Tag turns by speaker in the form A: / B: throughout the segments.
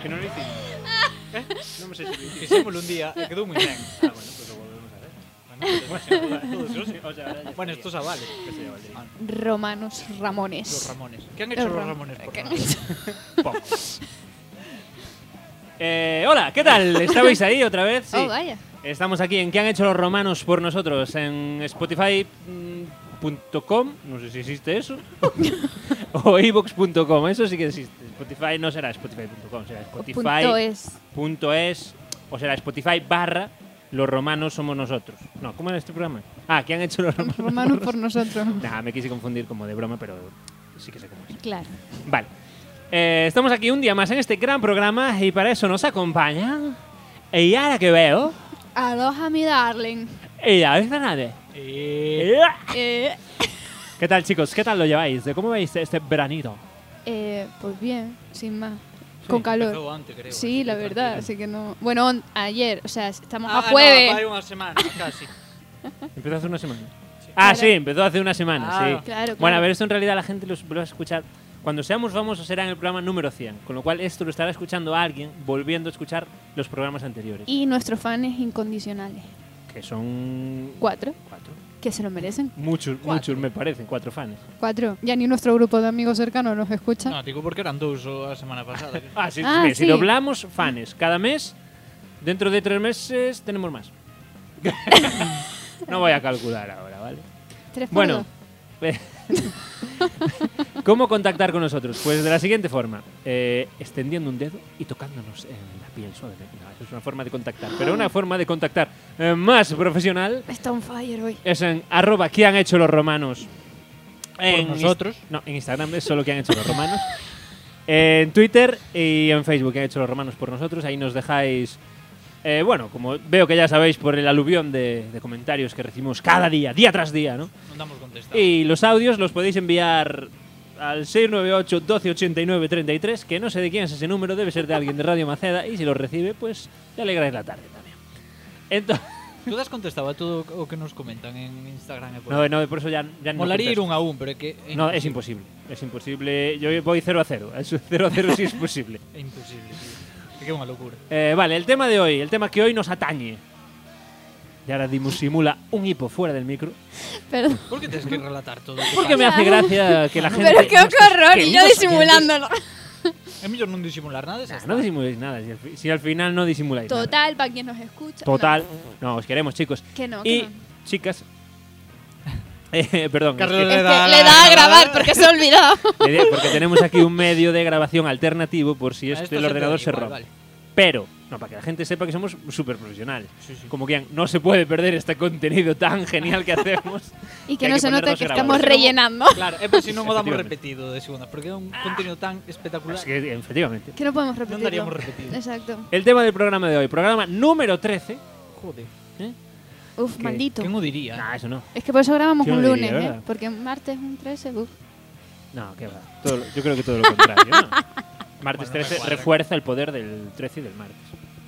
A: Que no lo hicimos. ¿Eh? No me sé si lo hicimos.
B: Fixémolo un día e quedou moi ben.
A: Ah, bueno, pues lo volvemos a ver. Bueno, todo eso, o sea, ahora ya
B: Bueno,
A: estaría.
B: estos avales.
A: Que se avale.
B: Ah,
C: Romanos
B: Los
C: Ramones.
B: Ramones. ¿Qué han hecho los
C: Ram-
B: Ramones? Por
C: ¿Qué han
B: favor?
C: hecho?
A: Eh, hola, ¿qué tal? ¿Estabais ahí otra vez? Sí.
C: Oh, vaya.
A: Estamos aquí en ¿Qué han hecho los romanos por nosotros? En mm, spotify.com, no sé si existe eso, o ivox.com, eso sí que existe. Spotify no será spotify.com, será
C: Punto
A: spotify.es
C: es.
A: o será spotify barra los romanos somos nosotros. No, ¿cómo era este programa? Ah, ¿qué han hecho los romanos?
C: Romanos por nosotros.
A: Nah, me quise confundir como de broma, pero sí que sé cómo es.
C: Claro.
A: Vale. Eh, estamos aquí un día más en este gran programa y para eso nos acompaña. Y ahora que veo,
C: Aloha, mi darling.
A: y David Fernández.
B: Eh,
A: ¡Ea!
C: Eh,
A: ¿Qué tal, chicos? ¿Qué tal lo lleváis? ¿De ¿Cómo veis este veranito?
C: eh, pues bien, sin más. Con calor.
B: empezou Antes, creo, así
C: Sí,
B: que
C: la verdad,
B: tranquilo.
C: así que no. Bueno, on- ayer, o sea, estamos
B: Ah,
C: a jueves.
B: No, para una semana, casi.
A: Empezó hace una semana. Ah,
C: Claro.
A: sí, empezó hace una semana,
B: Ah.
A: sí.
B: Claro,
C: claro.
A: Bueno, a ver, esto en realidad la gente lo s- lo va a escuchar. Cuando seamos famosos será en el programa número 100, con lo cual esto lo estará escuchando alguien volviendo a escuchar los programas anteriores,
C: Y nuestros fans incondicionales.
A: que son
C: Cuatro,
A: cuatro.
C: que se lo merecen.
A: Muchos, muchos me parecen, cuatro fans.
C: Cuatro. Ya ni nuestro grupo de amigos cercanos nos escucha.
B: No, digo porque eran dous o a semana pasada. que-
A: Ah, sí,
C: Ah,
A: mira, si
C: sí.
A: doblamos fans cada mes, dentro de tres meses tenemos más. no voy a calcular ahora, ¿vale?
C: Tres por
A: Bueno,
C: dos.
A: ¿cómo contactar con nosotros? Pues de la siguiente forma: eh, extendiendo un dedo y tocándonos en la piel suavemente. No, eso es una forma de contactar, pero una forma de contactar eh, más profesional
C: Está on fire hoy.
A: es en arroba que han hecho los romanos. inst-
B: nosotros.
A: No, en Instagram es solo que han hecho los romanos. en Twitter y en Facebook que han hecho los romanos por nosotros. Ahí nos dejáis. eh, bueno, como veo que ya sabéis por el aluvión de, de comentarios que recibimos cada día, día tras día, ¿no?
B: Non damos contestado.
A: Y los audios los podéis enviar al 698 1289 33, que no sé de quién es ese número, debe ser de alguien de Radio Maceda, y si lo recibe, pues le alegráis la tarde también. Entonces,
B: Tú das contestado a todo o que nos comentan en Instagram e por
A: no, no, por eso ya, ya no
B: Molaría ir
A: contesto.
B: un a un, pero é que é
A: No, es imposible. Es imposible. Yo voy 0 a 0. Eso 0 a 0 sí es posible.
B: É imposible, tío. É que é unha locura.
A: Eh, vale, el tema de hoy, el tema que hoy nos atañe. Y ahora Dimus simula un hipo fuera del micro.
C: Perdón.
B: Por que tens que relatar todo? o que
A: Porque me
C: Hola.
A: hace gracia que la gente.
C: Pero qué horror, y yo
A: queridos
C: disimulándolo.
B: pasa? É mellor non disimular nada, xa
A: Nah,
B: está.
A: no disimuláis nada. Si al, fi- si al final no disimuláis. nada.
C: Total, para quien nos escucha.
A: Total. No, os queremos, chicos.
C: No, que no, que
A: Y,
C: no.
A: chicas. eh, perdón, es
B: Carlos
A: que-
C: Es que
B: Le da-
C: le da a grabar porque se ha olvidado.
A: le di- porque tenemos aquí un medio de grabación alternativo por si
B: A
A: esto
B: esto
A: el
B: se
A: ordenador
B: te da
A: se
B: igual,
A: rompe.
B: vale.
A: Pero, no, para que la gente sepa que somos súper profesionales.
B: Sí, sí.
A: Como que no se puede perder este contenido tan genial que hacemos.
C: Y
A: Que
C: que
A: hay
C: no
A: que
C: se note
A: ponernos
C: que
A: grabados.
C: estamos
A: Pero-
C: rellenando.
B: Claro, é por si non o damos
A: Efectivamente.
B: repetido de segunda, porque é un contenido tan espectacular.
A: Así Pues que, efectivamente.
C: Que no podemos
B: non
C: repetirlo.
B: daríamos repetido.
C: Exacto.
A: El tema del programa de hoy, programa número 13.
B: Joder.
C: Uf,
A: Que-
C: maldito.
B: Quen o diría?
A: Nah, eso no.
C: Es que por eso grabamos
A: Yo
C: un
A: no diría,
C: lunes,
A: ¿verdad?
C: ¿eh? Porque un martes un 13, uf.
A: No, qué va. Todo lo- yo creo que todo lo contrario. ¿no? Martes
B: Bueno,
A: 13
B: me cuadra.
A: refuerza el poder del 13 y del martes.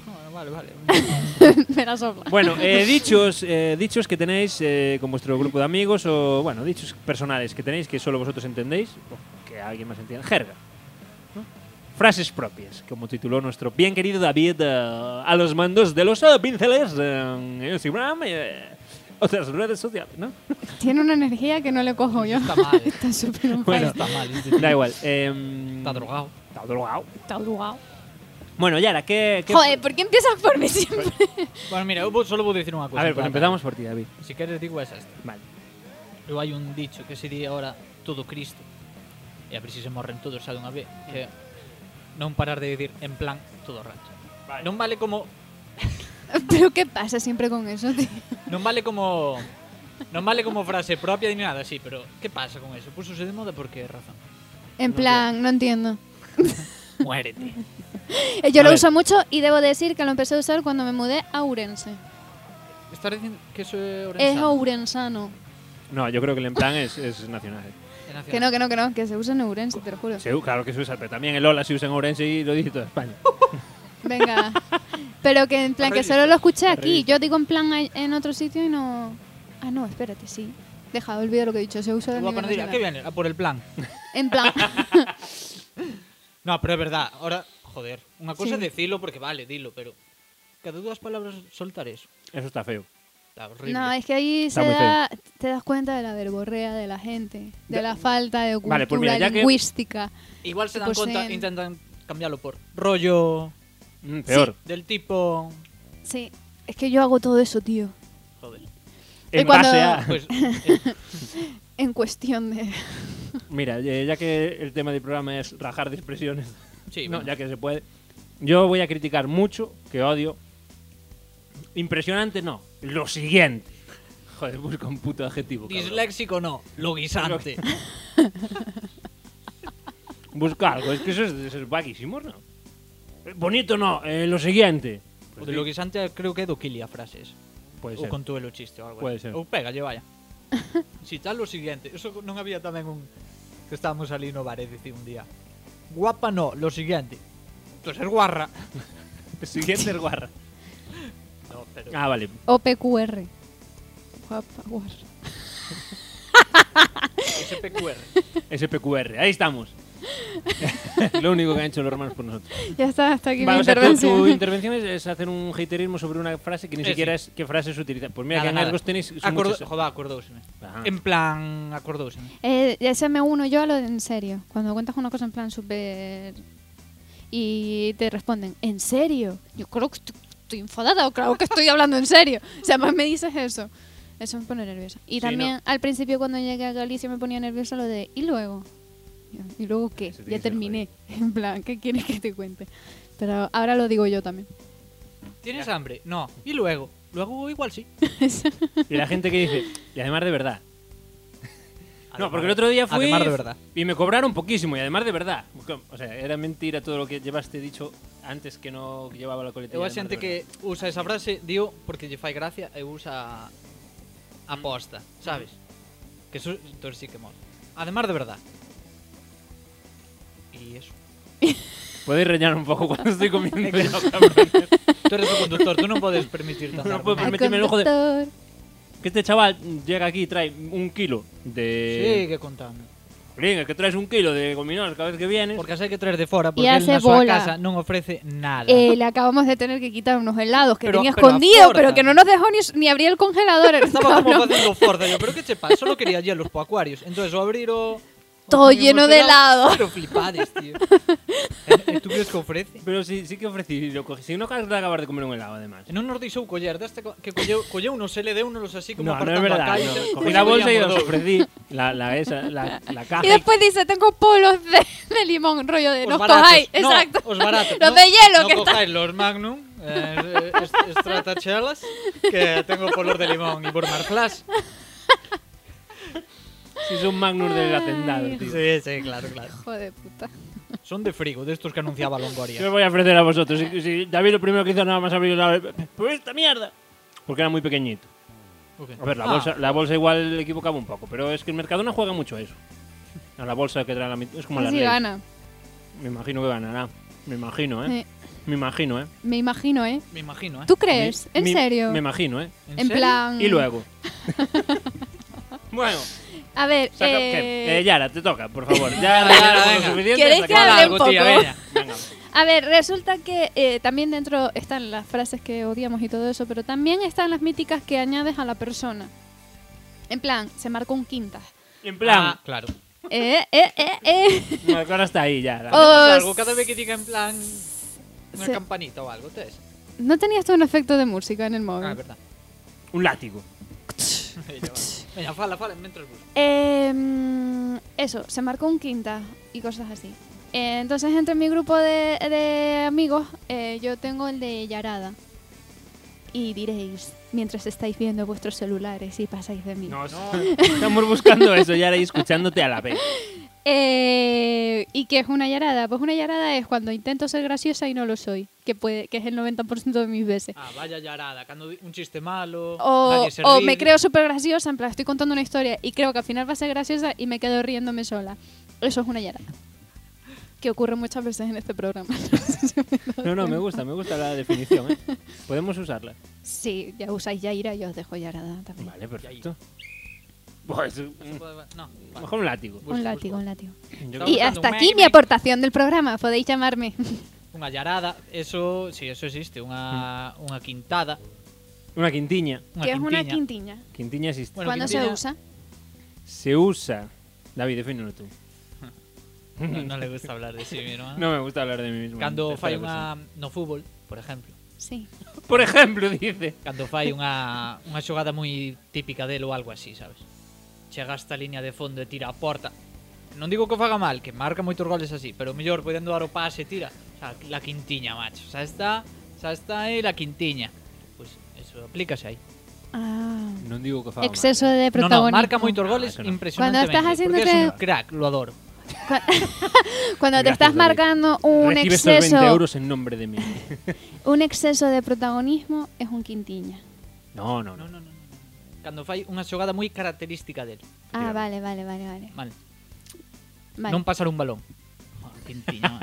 B: Bueno, Ah, vale, vale.
C: Me la sopla.
A: Bueno, eh, dichos, eh, dichos que tenéis eh, con vuestro grupo de amigos o, bueno, dichos personales que tenéis que solo vosotros entendéis o que alguien más entienda. Jerga. ¿no? Frases propias, como tituló nuestro bien querido David eh, a los mandos de los eh, pinceles eh, en Instagram eh, otras redes sociales, ¿no?
C: Tiene una energía que no le cojo yo.
B: Está mal.
C: Está súper on
A: Bueno.
C: fire.
B: Está mal. este tío.
A: Da igual. em,
B: Está drogado.
A: Está drogado.
C: Está drogado.
A: Bueno, Yara, ¿qué...? qué-
C: Joder, ¿por qué empiezas por mí siempre?
B: Bueno, mira, eu vou- solo vou dicir unha cousa.
A: A ver, pues
B: eh.
A: empezamos por ti, David.
B: Si queres digo esa esta.
A: Vale.
B: Eu hai un dicho que se di ahora todo Cristo. E a ver se se morren todos xa dunha vez. Que é non parar de dicir en plan todo o rato.
A: Vale.
B: Non vale como
C: ¿Pero qué pasa siempre con eso, tío?
B: non vale como non vale como frase propia ni nada, sí, pero que pasa con eso? Púsose de moda por que razón?
C: En plan, no entiendo.
B: Muérete.
C: Eh, Yo
A: A
C: lo
A: ver.
C: uso mucho y debo decir que lo empecé a usar cuando me mudé a Ourense.
B: ¿Estás diciendo que eso es
C: Es
B: orensano?
C: ourensano.
A: No, yo creo que el en plan es, es nacional.
B: Es nacional.
C: Que no, que no, que no, que se usa en Ourense, te lo juro.
A: Se u- claro que se usa, pero también el hola se usa en Orense y lo dice toda España.
C: Venga. Pero que en plan, que
B: Revista,
C: solo lo escuché
A: la
C: aquí. Yo digo en plan a- en otro sitio y no. Ah, no, espérate, sí. Deja, olvida lo que he dicho. Se usa
B: Te
C: en
B: voy a poner, dirá, ¿qué viene? A por el plan.
C: En plan.
B: No, pero es verdad. Ahora, joder. Una cosa
C: Sí.
B: es decirlo porque vale, dilo, pero. Cada dos palabras soltar eso.
A: Eso está feo.
B: Está horrible.
C: no, es que ahí
A: Está
C: se
A: muy feo.
C: da, te das cuenta de la verborrea de la gente, de la falta de cultura
A: Vale, pues mira, ya que-
C: lingüística.
B: Igual se dan
C: Pues
B: cuenta,
C: en-
B: intentan cambiarlo por rollo
A: Mm, peor.
B: del tipo.
C: Sí, es que yo hago todo eso, tío.
B: Joder.
A: En
C: Y cuando-
A: base a-
B: Pues,
C: En cuestión de.
A: Mira, eh, ya que el tema del programa es rajar de expresiones,
B: sí,
A: no,
B: venga.
A: ya que se puede, yo voy a criticar mucho, que odio. Impresionante, no. Lo siguiente. Joder, busca un puto adjetivo. cabrón.
B: Disléxico no, lo guisante.
A: Pues Busca algo, es que eso es, eso es vaguísimo, ¿no? Eh, Bonito no, eh, lo siguiente.
B: O de lo guisante creo que é do Kili a frases.
A: Puede
B: Ou
A: ser.
B: contuelo chiste ou algo.
A: Puede
B: así. Uh,
A: ser.
B: Ou pégalle, vaya. si tal o siguiente, eso non había tamén un que estábamos ali no bar e dicía un día. Guapa no, lo siguiente. Tú ser guarra.
A: Siguiente es guarra.
B: No, pero
A: Ah, vale.
C: OPQR. Guapa, guarra.
B: SPQR.
A: SPQR. Ahí estamos. lo único que han hecho los romanos por nosotros.
C: Ya está, hasta aquí
A: Vale,
C: mi
A: o sea, tu-
C: intervención.
A: tu, intervención es, es hacer un haterismo sobre una frase que ni
B: Eh,
A: siquiera es qué frases utilizan. Pues mira,
B: Nada,
A: que en
B: nada.
A: Argos tenéis. son
B: Acordo,
A: muchas-
B: joder, acordouseme.
A: Ajá.
B: En plan, acordouseme.
C: Eh, ese me uno yo a lo de en serio. Cuando cuentas una cosa en plan súper. Y te responden, ¿en serio? Yo creo que estoy, estoy enfadada o creo que estoy hablando en serio. O sea, más me dices eso. Eso me pone nerviosa. Y
A: Sí,
C: también al principio cuando llegué a Galicia me ponía nerviosa lo de, ¿y luego? Yo, ¿Y luego qué?
A: Eso tiene
C: Ya
A: que ser
C: terminé. En plan, ¿qué quieres que te cuente? Pero ahora lo digo yo también.
B: Tienes hambre? No. Y luego, luego igual sí.
A: Y la gente que dice, y además de verdad. no,
B: Además-
A: porque el otro día fui.
B: Además de verdad.
A: Y me cobraron poquísimo, y además de verdad. O sea, era mentira todo lo que llevaste dicho antes que no llevaba la coletilla.
B: Eu a
A: además de
B: xente que usa esa frase, dio porque lle fai gracia e usa aposta, sabes?
A: Mm.
B: Que eso entón sí que mola. Además de verdad. Y eso.
A: verdad. Podéis reñar un poco cuando estoy comiendo. ya, cabrones.
B: Tú eres o conductor, tú non podes permitir tanto.
A: No puedo
B: argumento.
A: permitir- metíme el ojo de-
C: Al conductor.
A: que este chaval llega aquí y trae un kilo de.
B: Sigue contando.
A: Venga, que traes un kilo de gominos cada vez que vienes.
B: Porque as hai que traer de fora, porque
C: E
B: él
C: hace
B: na súa
C: bola.
B: casa non ofrece nada.
C: Eh, le acabamos de tener que quitar unos helados que
B: Pero-
C: tenía
B: pero
C: escondido,
B: aporta.
C: pero que no nos dejó ni, ni abrir el congelador. el
B: Estaba como
C: cabrón.
B: facendo forza, yo, pero que che pasa? Solo quería hielos po acuarios. Entonces, o abrir o... o
C: Todo
B: comimos
C: lleno de helado.
B: Pero flipades, tío. E, e tú crees que ofrece?
A: Pero sí, sí que ofrecí, lo cogí. Si no acabas de acabar de comer un helado, además.
B: E non nos deixou coller deste co- que colleu, colleu unos LD unos así como
A: No, no
B: apartando a
A: es verdad.
B: calle. Pues
A: no.
B: se-
A: Cogí la bolsa y los
B: mordou.
A: ofrecí. La, la, esa, la, la caja.
C: Y después dice, tengo polos de, de limón, rollo de
B: Os
C: no
B: baratos,
C: cojáis.
B: no,
C: Exacto.
B: Os baratos.
C: Los
B: no,
C: de hielo
B: no
C: que están.
B: cojáis los Magnum, eh, eh, est- Stratachelas, que tengo color de limón y Burmar Flash.
A: Si son magnus del hacendado, tío.
B: Sí, sí, claro, claro.
C: Hijo de puta.
B: Son de frigo, de estos que anunciaba
A: Yo os
B: Longoria.
A: voy a ofrecer a vosotros. Si, si David lo primero que hizo nada más abrir la... ¡Pues esta mierda! Porque era muy pequeñito. A ver, la
B: Ah,
A: bolsa, la bolsa igual le equivocaba un poco, pero es que el Mercadona juega mucho a eso. A la bolsa que trae la mitad. Es como la
C: Así
A: Ley.
C: gana.
A: Me imagino que ganará. Me imagino, ¿eh?
C: Eh,
A: Me imagino, ¿eh?
C: me imagino, ¿eh?
B: Me imagino, ¿eh?
C: ¿Tú crees?
A: Mi-
C: ¿En
A: mi-
C: serio? Mm.
A: Me imagino, ¿eh?
C: en
B: serio?
C: plan.
A: Y luego. bueno,
C: A ver,
A: saca, ¿qué?
C: eh,
A: Eh, Yara, te toca, por favor. Ya,
B: Yara,
A: ya,
B: venga.
A: lo suficiente.
C: ¿Queréis que
A: sacad
C: hable
A: algo,
C: un
A: tía,
C: poco?
A: venga. Venga.
C: a ver, resulta que eh, también dentro están las frases que odiamos y todo eso, pero también están las míticas que añades a la persona. En plan, se marcó un quinta.
A: En plan,
B: Ah, claro.
C: Eh, eh, eh, eh.
A: la cara está ahí ya.
C: Oh.
B: Pues algo, cada vez que diga en plan una
C: Se-
B: campanita o algo, entonces.
C: ¿No tenías tú un efecto de música en el móvil?
B: Ah, verdad.
A: Un látigo.
B: Venga, fala, fala, mientras busco.
C: Em, eso, se marcó un quinta y cosas así. Eh, entonces, entre mi grupo de, de amigos, eh, yo tengo el de Yarada. Y diréis, mientras estáis viendo vuestros celulares y pasáis de mí.
A: No, estamos buscando eso, Yara, y escuchándote a la vez.
C: Eh, ¿Y qué es una yarada? Pues una yarada es cuando intento ser graciosa y no lo soy, que, puede, que es el 90% de mis veces.
B: Ah, vaya yarada, cando di- un chiste malo.
C: O,
B: nadie se
C: o
B: ríe.
C: me creo súper graciosa, en plan, estoy contando una historia y creo que al final va a ser graciosa y me quedo riéndome sola. Eso es una yarada. Que ocurre muchas veces en este programa.
A: No, no, me gusta, me gusta la definición. ¿eh? Podemos usarla.
C: sí, ya usáis Yaira, yo os dejo Yarada también.
A: Vale, perfecto. Pues,
B: No se
A: mm,
B: puede ver- No, vale.
A: mejor un látigo.
B: Busca,
C: Un
B: busca.
C: látigo, un látigo.
A: Yo-
C: Y
B: buscando
C: hasta
B: un
C: aquí
B: meme.
C: mi aportación del programa, podéis llamarme.
B: Unha llarada, eso, sí, eso existe, unha, unha quintada.
A: Una quintiña.
B: Unha
C: que es una quintiña.
B: quintiña.
A: Quintiña existe.
B: Bueno,
C: ¿Cuándo se
B: quintiña-
C: usa?
A: Se usa. David, defínelo tú.
B: No, non le gusta hablar de sí mismo. ¿no?
A: No me gusta hablar de mí mismo.
B: Cando
A: Tercera
B: fai
A: persona.
B: unha no fútbol, por exemplo,
C: Sí.
A: Por ejemplo, dice.
B: cando fai unha unha xogada moi típica del ou algo así, sabes? Chega hasta a línea de fondo e tira a porta. Non digo que o faga mal, que marca moitos goles así, pero mellor podendo dar o pase e tira. O sea, la quintiña, macho. Xa está, xa está aí la quintiña. Pois pues eso aplícase aí.
C: Ah.
A: No digo que faga mal.
C: Exceso de
B: No, no,
C: protagonismo.
B: marca moitos goles
A: Ah, eso no.
B: impresionantemente.
C: Cuando estás
B: porque
C: haciéndote-
B: es un crack, lo adoro.
C: Cuando te
A: Gracias,
C: estás
A: David.
C: marcando un
A: Recibe estos
C: exceso,
A: 20 euros en nombre de mí.
C: un exceso de protagonismo es un quintiña.
A: No, no,
B: No,
A: no.
B: no, no, no. Cando fai unha xogada moi característica del.
C: Ah, vale, vale, vale, vale.
B: Mal.
C: Vale.
B: Non pasar un balón. Ah, Quintiña. man.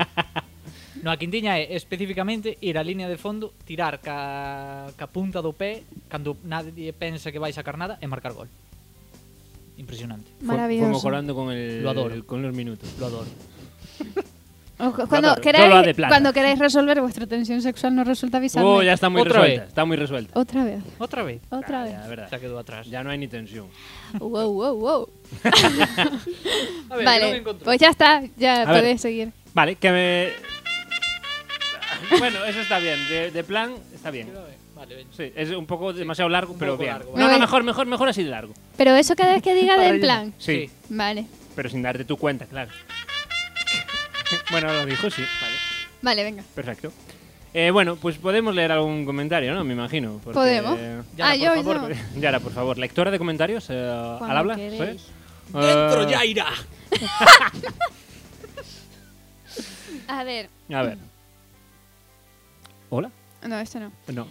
B: no, a quintiña é especificamente ir á línea de fondo, tirar ca, ca punta do pé cando nadie pensa que vai sacar nada e marcar gol. Impresionante.
A: Fue- Fue
C: Maravilloso.
A: mejorando con, el,
B: Lo adoro.
A: con los minutos.
B: Lo adoro.
C: O cu-
A: Yo
C: Cuando
A: lo de
C: queráis,
A: plata.
C: cuando queráis resolver vuestra tensión sexual no resulta avisarme.
A: Oh, ya está muy
B: Otra
A: resuelta.
B: vez.
A: Está muy resuelta.
C: Otra vez,
B: Outra vez.
C: otra
A: Ah,
C: vez.
A: ya, verdad.
B: Xa quedou atrás.
A: Ya no hay ni tensión.
C: Wow, wow, wow.
B: A ver, non
C: Vale,
B: encontro.
C: pues ya está, ya
A: A ver.
C: podéis seguir.
A: Vale, que me. Bueno, eso está bien. De, de plan, está bien.
C: eh.
B: Vale, ven.
A: Sí, es un poco demasiado largo,
B: un
A: pero
B: poco
A: bien.
B: largo,
A: No,
C: vale.
A: no, mejor, mejor, mejor así de largo.
C: Pero eso cada vez que diga de en
B: Para
C: plan.
A: Sí,
B: Sí.
C: Vale,
A: pero sin darte tu cuenta, claro. bueno, lo dijo, sí. Vale,
C: vale, venga.
A: perfecto. Eh, bueno, pues podemos leer algún comentario, ¿no? Me imagino. porque-
C: Podemos.
B: Yara,
C: ah,
B: por
C: yo
B: favor,
C: no.
A: Yara, por favor, lectora de comentarios eh, al
C: Cuando
A: habla.
C: queréis.
A: ¿sí?
B: Dentro,
A: Eh,
B: Yaira.
C: A ver,
A: A ver. ¿Hola?
C: no, esto no.
A: No.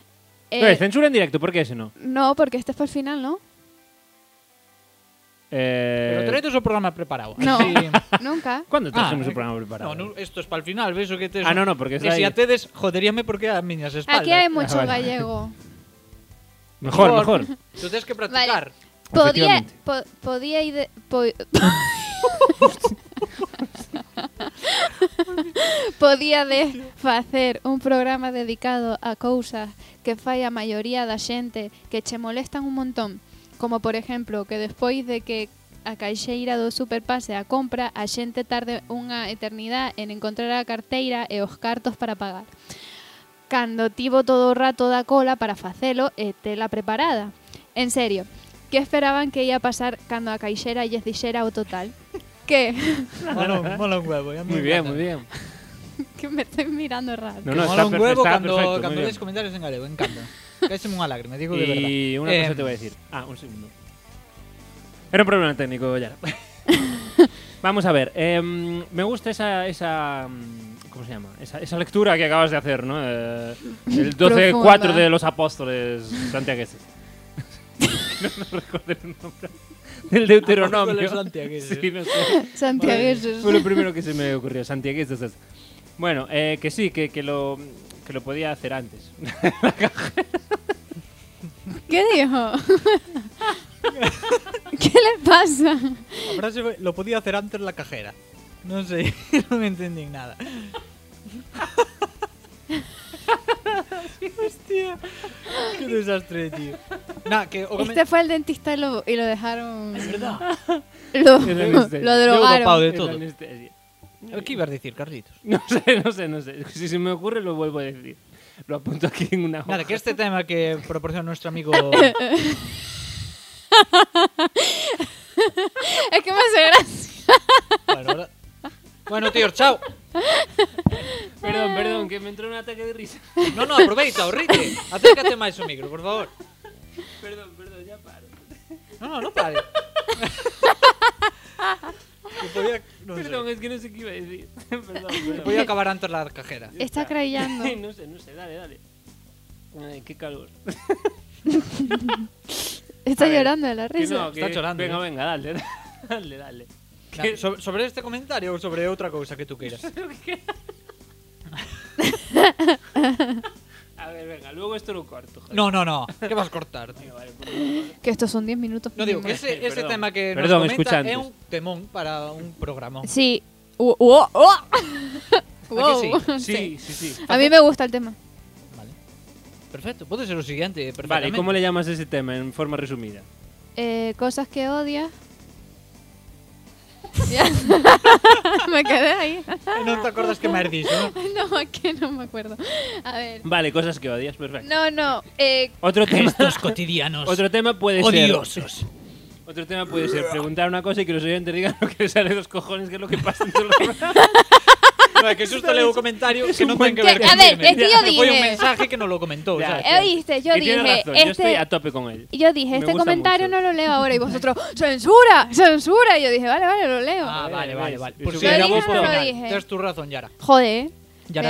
C: Eh,
A: Eh, censura en directo, ¿por qué ese no?
C: no, porque este es para el final, ¿no?
A: Eh,
B: Pero tenedes o programa preparado.
C: Eh.
A: Pues
C: No.
B: Así...
C: Nunca.
A: ¿Cuándo trajimos
B: Ah,
A: el programa preparado?
B: No, no, esto es para el final, ves o que te
A: Ah, no, no, porque está
B: Que si
A: ahí.
B: a tedes, joderíame porque a miñas espaldas.
C: Aquí hay mucho
A: Ah, vale.
C: gallego.
A: Mejor, mejor.
B: Tú tens que practicar.
C: Podía,
A: Efectivamente.
C: po- podía ir de- po- Podía de facer un programa dedicado a cousas que fai a maioría da xente que che molestan un montón, como por exemplo que despois de que a caixeira do superpase a compra, a xente tarde unha eternidade en encontrar a carteira e os cartos para pagar. Cando tivo todo o rato da cola para facelo e tela preparada. En serio, que esperaban que ia a pasar cando a caixera lles dixera o total? Que,
B: Mola, mola un huevo. ya me
A: Muy bien,
B: encanta.
A: muy bien.
C: que me estoy mirando raro.
A: No,
B: Que
A: no,
B: mola
A: está,
B: un
A: perfecto,
B: huevo
A: está
B: cuando,
A: perfecto. muy
B: cuando
A: bien.
B: ves comentarios en galego, encanta. Cállese una lágrima, digo de verdad.
A: Y una
B: Eh,
A: cosa te voy a decir. Ah, un segundo. Era un problema técnico, ya. Vamos a ver. em, me gusta esa, esa. mm, ¿Cómo se llama? Esa, esa lectura que acabas de hacer, ¿no? Eh, el 12-4
C: Profunda.
A: de los apóstoles santiagueses. no, no recuerdo el nombre. Del Deuteronomio.
B: Apóstoles santiagueses.
A: Sí, no sé.
C: Santiago
A: Fue lo primero que se me ocurrió. Santiagueses. es- Bueno, eh, que sí, que, que, lo, que lo podía hacer antes.
C: ¿Qué dijo? ¿Qué le pasa?
B: la frase fue, lo podía hacer antes la cajera. No sé, no me entendí nada. Hostia, qué desastre, tío. Nah, que o
C: Este fue al dentista y lo, y lo dejaron.
B: Es verdad.
C: Lo,
A: Era misterio.
C: lo
B: Yo dopado
C: drogaron.
B: de todo.
A: En este- la anestesia.
B: ¿Qué ibas a decir, Carlitos?
A: No sé, no sé, no sé. Si se me ocurre, lo vuelvo a decir. Lo apunto aquí en una hoja.
B: Nada, que este tema que proporciona nuestro amigo
C: Es que me hace gracia.
B: Bueno, ahora- bueno, tío, chao.
A: Perdón, perdón, que me entró un ataque de risa.
B: No, no, aproveita, o rite. Acércate máis ao micro, por favor.
A: Perdón, perdón, ya paro.
B: No, no, no pare.
D: que podía. No sé.
A: Perdón, es que no sé qué iba a decir. Perdón, perdón.
B: Voy a acabar antes la cajera.
C: Está crayando.
A: no sé, no sé, dale, dale. Ay, qué calor.
C: Está
A: A ver,
C: llorando de la
A: Que
C: risa.
A: no, que-
B: Está llorando,
A: Venga,
B: ¿eh?
A: venga, dale, dale, dale.
B: Claro, ¿Sobre, sobre este comentario o sobre outra cousa que tú queiras?
A: A ver, venga, luego esto lo corto. joder.
B: No, no, no. Que vas cortar, tío?
A: Venga, vale, pues,
C: Que estos son 10 minutos.
B: No digo que
C: mínimo.
B: ese, ese
A: Perdón.
B: tema que
A: Perdón,
B: nos comenta
A: escuchantes.
B: é un temón para un programa.
C: Sí. Uh, uh, uh. Wow.
B: sí?
A: Sí, sí, sí.
C: A mí me gusta el tema.
B: Perfecto, pode ser o siguiente,
A: Vale,
B: perfectamente.
A: ¿y cómo le llamas a ese tema en forma resumida?
C: Eh, cosas que odias. Ya. me quedé ahí.
B: Non te acordas que me has dicho,
C: No,
B: ¿no?
C: que no me acuerdo. A ver.
A: Vale, cosas que odias, perfecto.
C: No, no. Eh,
A: Otro tema.
B: Gestos cotidianos.
A: Otro tema puede
B: Oh,
A: ser.
B: odiosos.
A: Otro tema puede ser preguntar una cosa y que los oyentes digan lo que les sale de los cojones, que es lo que pasa en todos los programas.
B: Vale, que xusto leo o comentario que non ten que
C: buen
B: ver
C: tema. A
B: con
C: ver, este
B: firme.
C: es que yo
B: Me Foi un
C: dije-
B: mensaje que non lo comentou,
A: Ya.
B: sabes?
C: eh, ¿oíste? Yo
A: y
C: dije.
A: tienes razón,
C: este...
A: yo estoy a tope con él.
C: Y yo dije,
A: Me
C: este
A: gusta
C: comentario
A: mucho.
C: no lo leo ahora. Y vosotros, ¡censura! ¡Censura! Y yo dije, vale, vale, lo leo.
B: Ah, vale, vale, vale.
A: Eso
B: Por
A: que
B: era
A: dije,
B: vos
A: no
B: por
A: lo
B: final.
C: dije.
B: Tes tu razón, Yara.
C: Joder.
B: Yara,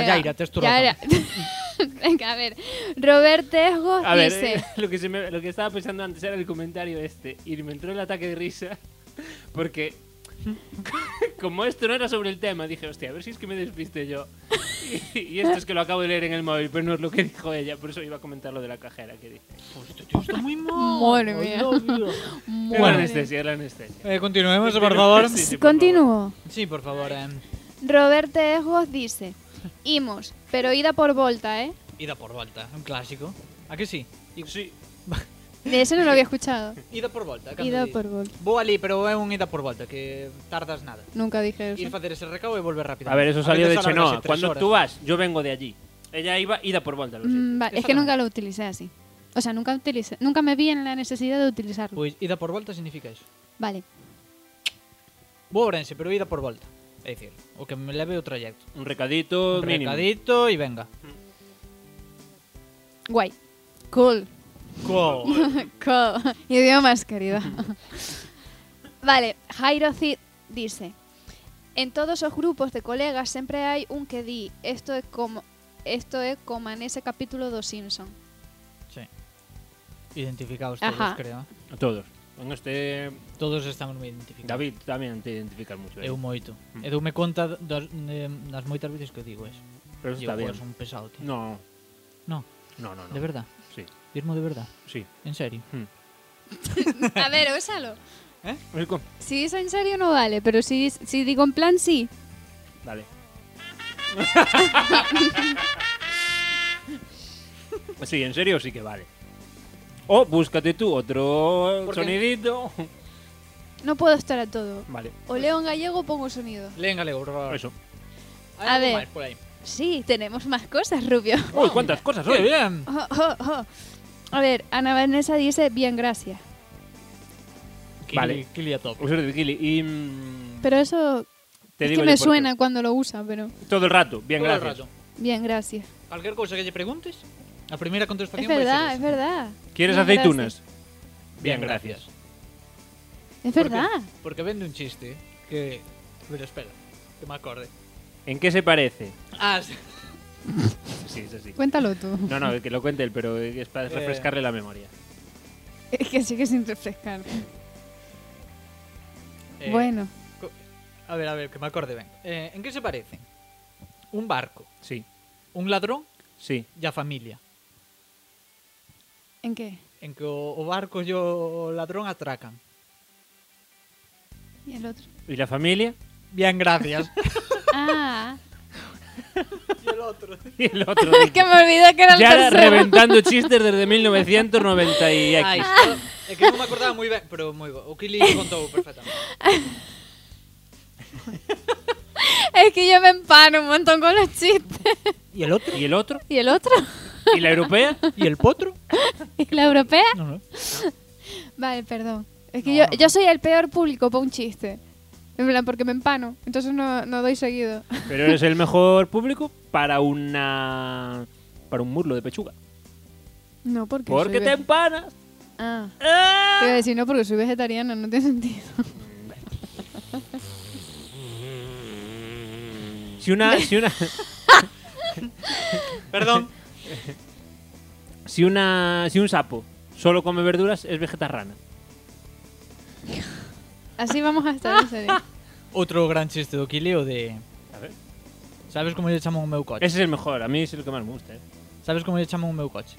C: Venga.
A: este
B: Yaira, tes tu razón.
C: Yara. Venga, a ver. Robert Tesgos
A: A ver,
C: dice.
A: eh, lo, que se me- lo que estaba pensando antes era el comentario este. Y me entró el ataque de risa. Porque, como esto no era sobre el tema, dije, hostia, a ver si es que me despiste yo. Y, y esto es que lo acabo de leer en el móvil, pero no es lo que dijo ella. Por eso iba a comentar lo de la cajera que dije.
B: Está moi mal.
C: Madre mía.
A: Era la
C: Madre.
A: anestesia, era la anestesia.
B: Eh, continuemos, por favor.
A: Sí, sí, por
C: Continúo.
B: Sí, por favor. Eh,
C: Robert Tesgos dice. Imos, pero ida por volta, ¿eh?
B: ida por volta, un clásico. A que sí? I-
A: Sí,
C: De ese no lo había escuchado.
B: Ida por volta. cando
C: Ida
B: di.
C: por volta.
B: Vou ali, pero é un ida por volta, que tardas nada.
C: Nunca dije eso.
B: Ir facer ese recao e volver rápido.
A: A ver, eso salió de
B: veces alárgase
A: Chenoa.
B: tres
A: Cuando
B: horas.
A: tú vas, yo vengo de allí. Ella iba ida por vuelta, lo siento.
C: Mm, va, es que nunca lo utilicé así. O sea, nunca, utilicé, nunca me vi en la necesidad de utilizarlo.
B: Pois ida por volta significa eso.
C: Vale.
B: Vou a Ourense, pero ida por volta. É dicir, o que me leve o trayecto.
A: Un recadito mínimo.
B: Recadito e venga.
C: Guay. Cool.
B: Cool.
C: Cool. Idiomas, querido. vale, Jairo Cid dice: En todos os grupos de colegas sempre hai un que di isto é como isto é como nese capítulo do Simpson.
B: sí. Identificados todos,
C: Ajá.
B: creo. ¿eh?
A: A todos. Con este
B: Todos estamos moi identificados.
A: David también te identificas mucho. ¿eh?
B: Eu moito.
A: Mm.
B: E doume conta das, de, das moitas veces que digo eso.
A: Pero eso
B: Digo,
A: está bien.
B: "Joder, son pesado, tío.
A: No.
B: No.
A: No, no, no.
B: De verdad.
A: Sí,
B: Dirmo de verdad.
A: sí. Hmm.
B: En serio.
C: A ver, úsalo.
A: Rico.
C: Si dis en serio no vale, pero si, dis- si digo en plan sí.
A: Vale. sí, en serio sí que vale. O búscate tú otro
B: Porque-
A: sonidito.
C: No puedo estar a todo.
A: Vale.
C: O leo en gallego o pongo sonido.
B: Leen galego, por favor.
A: Eso.
B: Hai
C: A
B: algo
C: ver.
B: máis por aí.
C: Sí, tenemos más cosas, Rubio.
B: Ah,
A: Uy, cuántas cosas, eh.
B: Muy
A: oye.
B: bien.
C: Oh, oh, oh. A ver, Ana Vanessa dice bien, gracias.
A: Vale.
B: Vale. Kilia top.
A: Usuario de bikini. Y. mm,
C: Pero eso
A: te
C: es
A: digo
C: que
A: yo
C: me
A: por qué.
C: suena cuando lo usa, pero
A: Todo el rato. Bien,
B: Todo el
A: gracias.
B: rato.
C: bien, gracias.
B: Cualquier cosa que lle preguntes, a
C: Es
B: primeira contestación vai ser
C: verdad,
B: esa.
C: es verdad.
A: ¿Quieres
C: Bien,
A: aceitunas?
B: Bien, gracias.
C: Es
B: Porque-
C: verdad.
B: Porque vende un chiste que... Pero espera, que me acorde.
A: ¿En qué se parece?
B: Ah, sí.
A: Sí, es así.
C: Cuéntalo tú.
A: No, no, que lo cuente él, pero es para
B: Eh.
A: refrescarle la memoria.
C: Es que sigue sin refrescar.
B: Eh,
C: Bueno,
B: co- A ver, a ver, que me acorde ben. Eh, en que se parecen? Un barco,
A: Sí,
B: un ladrón
A: sí.
B: e a familia.
C: ¿en qué?
B: En que o, o barco e o ladrón atracan.
C: ¿Y el otro?
A: ¿Y la familia?
B: Bien, gracias.
C: Ah,
B: e el outro.
A: Y el otro.
C: es que me olvidé que era el
A: Yara
C: tercero.
A: reventando chistes desde 1990 y
B: Ai,
A: X.
B: claro, é que non me acordaba moi ben, pero moi bo. O Kili contou perfectamente.
C: Es que yo me empano un montón con los chistes.
B: E el outro?
A: ¿Y el otro?
C: ¿Y el otro?
A: ¿Y la europea?
B: E el potro?
C: ¿Y la europea?
B: Non, non.
C: Vale, perdón. Es que
B: No,
C: yo,
B: no.
C: yo soy el peor público para un chiste. En plan, porque me empano. Entonces no, no doy seguido.
A: Pero eres el mejor público para una. para un murlo de pechuga.
C: No, porque.
A: Porque
C: soy
A: te em-
C: ve-
A: empanas.
C: Ah. Te iba a decir no porque soy vegetariana, no tiene sentido.
A: Si una, si una,
B: Perdón.
A: si una, si un sapo solo come verduras es vegetarrana.
C: Así vamos a estar en serio.
B: Outro gran chiste do Quileo de...
A: A ver.
B: Sabes como lle chaman o meu coche?
A: Ese es el mejor, a mí es el que más me gusta. ¿eh?
B: Sabes como lle chaman o meu coche?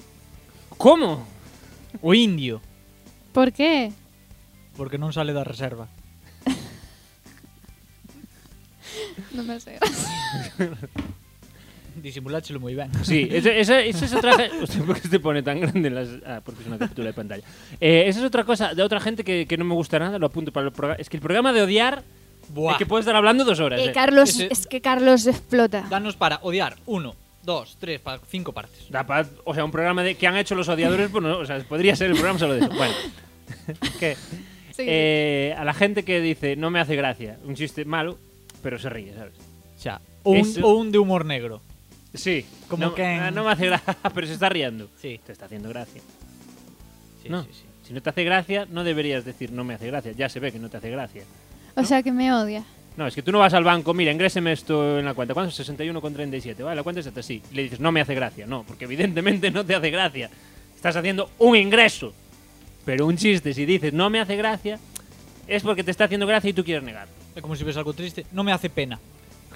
A: ¿Cómo?
B: O indio,
C: ¿Por qué?
B: porque non sale da reserva.
C: No me sé.
B: Disimuláchelo moi ben.
A: Sí, ese, ese- ese es otra. Hostia, ¿Por qué se pone tan grande en las.? Ah, porque es una captura de pantalla. Eh, esa es otra cosa de otra gente que, que no me gusta nada, lo apunto para el programa. Es que el programa de odiar
B: Buah.
A: es que puedes estar hablando dos horas. eh.
C: Carlos,
B: Ese-
C: es que Carlos explota.
B: Danos para odiar 1, 2, 3, 5 partes.
A: Da pa- o sea, un programa de, que han hecho los odiadores, pues no, o sea, podría ser el programa solo de eso. Bueno, que,
C: Sí.
A: eh, a la gente que dice, no me hace gracia, un chiste malo, pero se ríe, ¿sabes?
B: Xa, ou un,
A: Eso-
B: ou un de humor negro.
A: Sí,
B: Como
A: no,
B: que en-
A: ah, no me hace gracia, pero se está riendo.
B: Sí,
A: Te está haciendo gracia.
B: sí,
A: No.
B: sí, sí.
A: Si no te hace gracia, no deberías decir, no me hace gracia. Ya se ve que no te hace gracia.
C: O sea que me odia.
A: No, es que tú no vas al banco, mira, ingréseme esto en la cuenta. ¿Cuánto? 61,37. Vale, la cuenta es esta, sí. Y le dices, no me hace gracia. No, porque evidentemente no te hace gracia. Estás haciendo un ingreso. Pero un chiste, si dices, no me hace gracia, es porque te está haciendo gracia y tú quieres negar.
B: É como se ves algo triste, non me hace pena.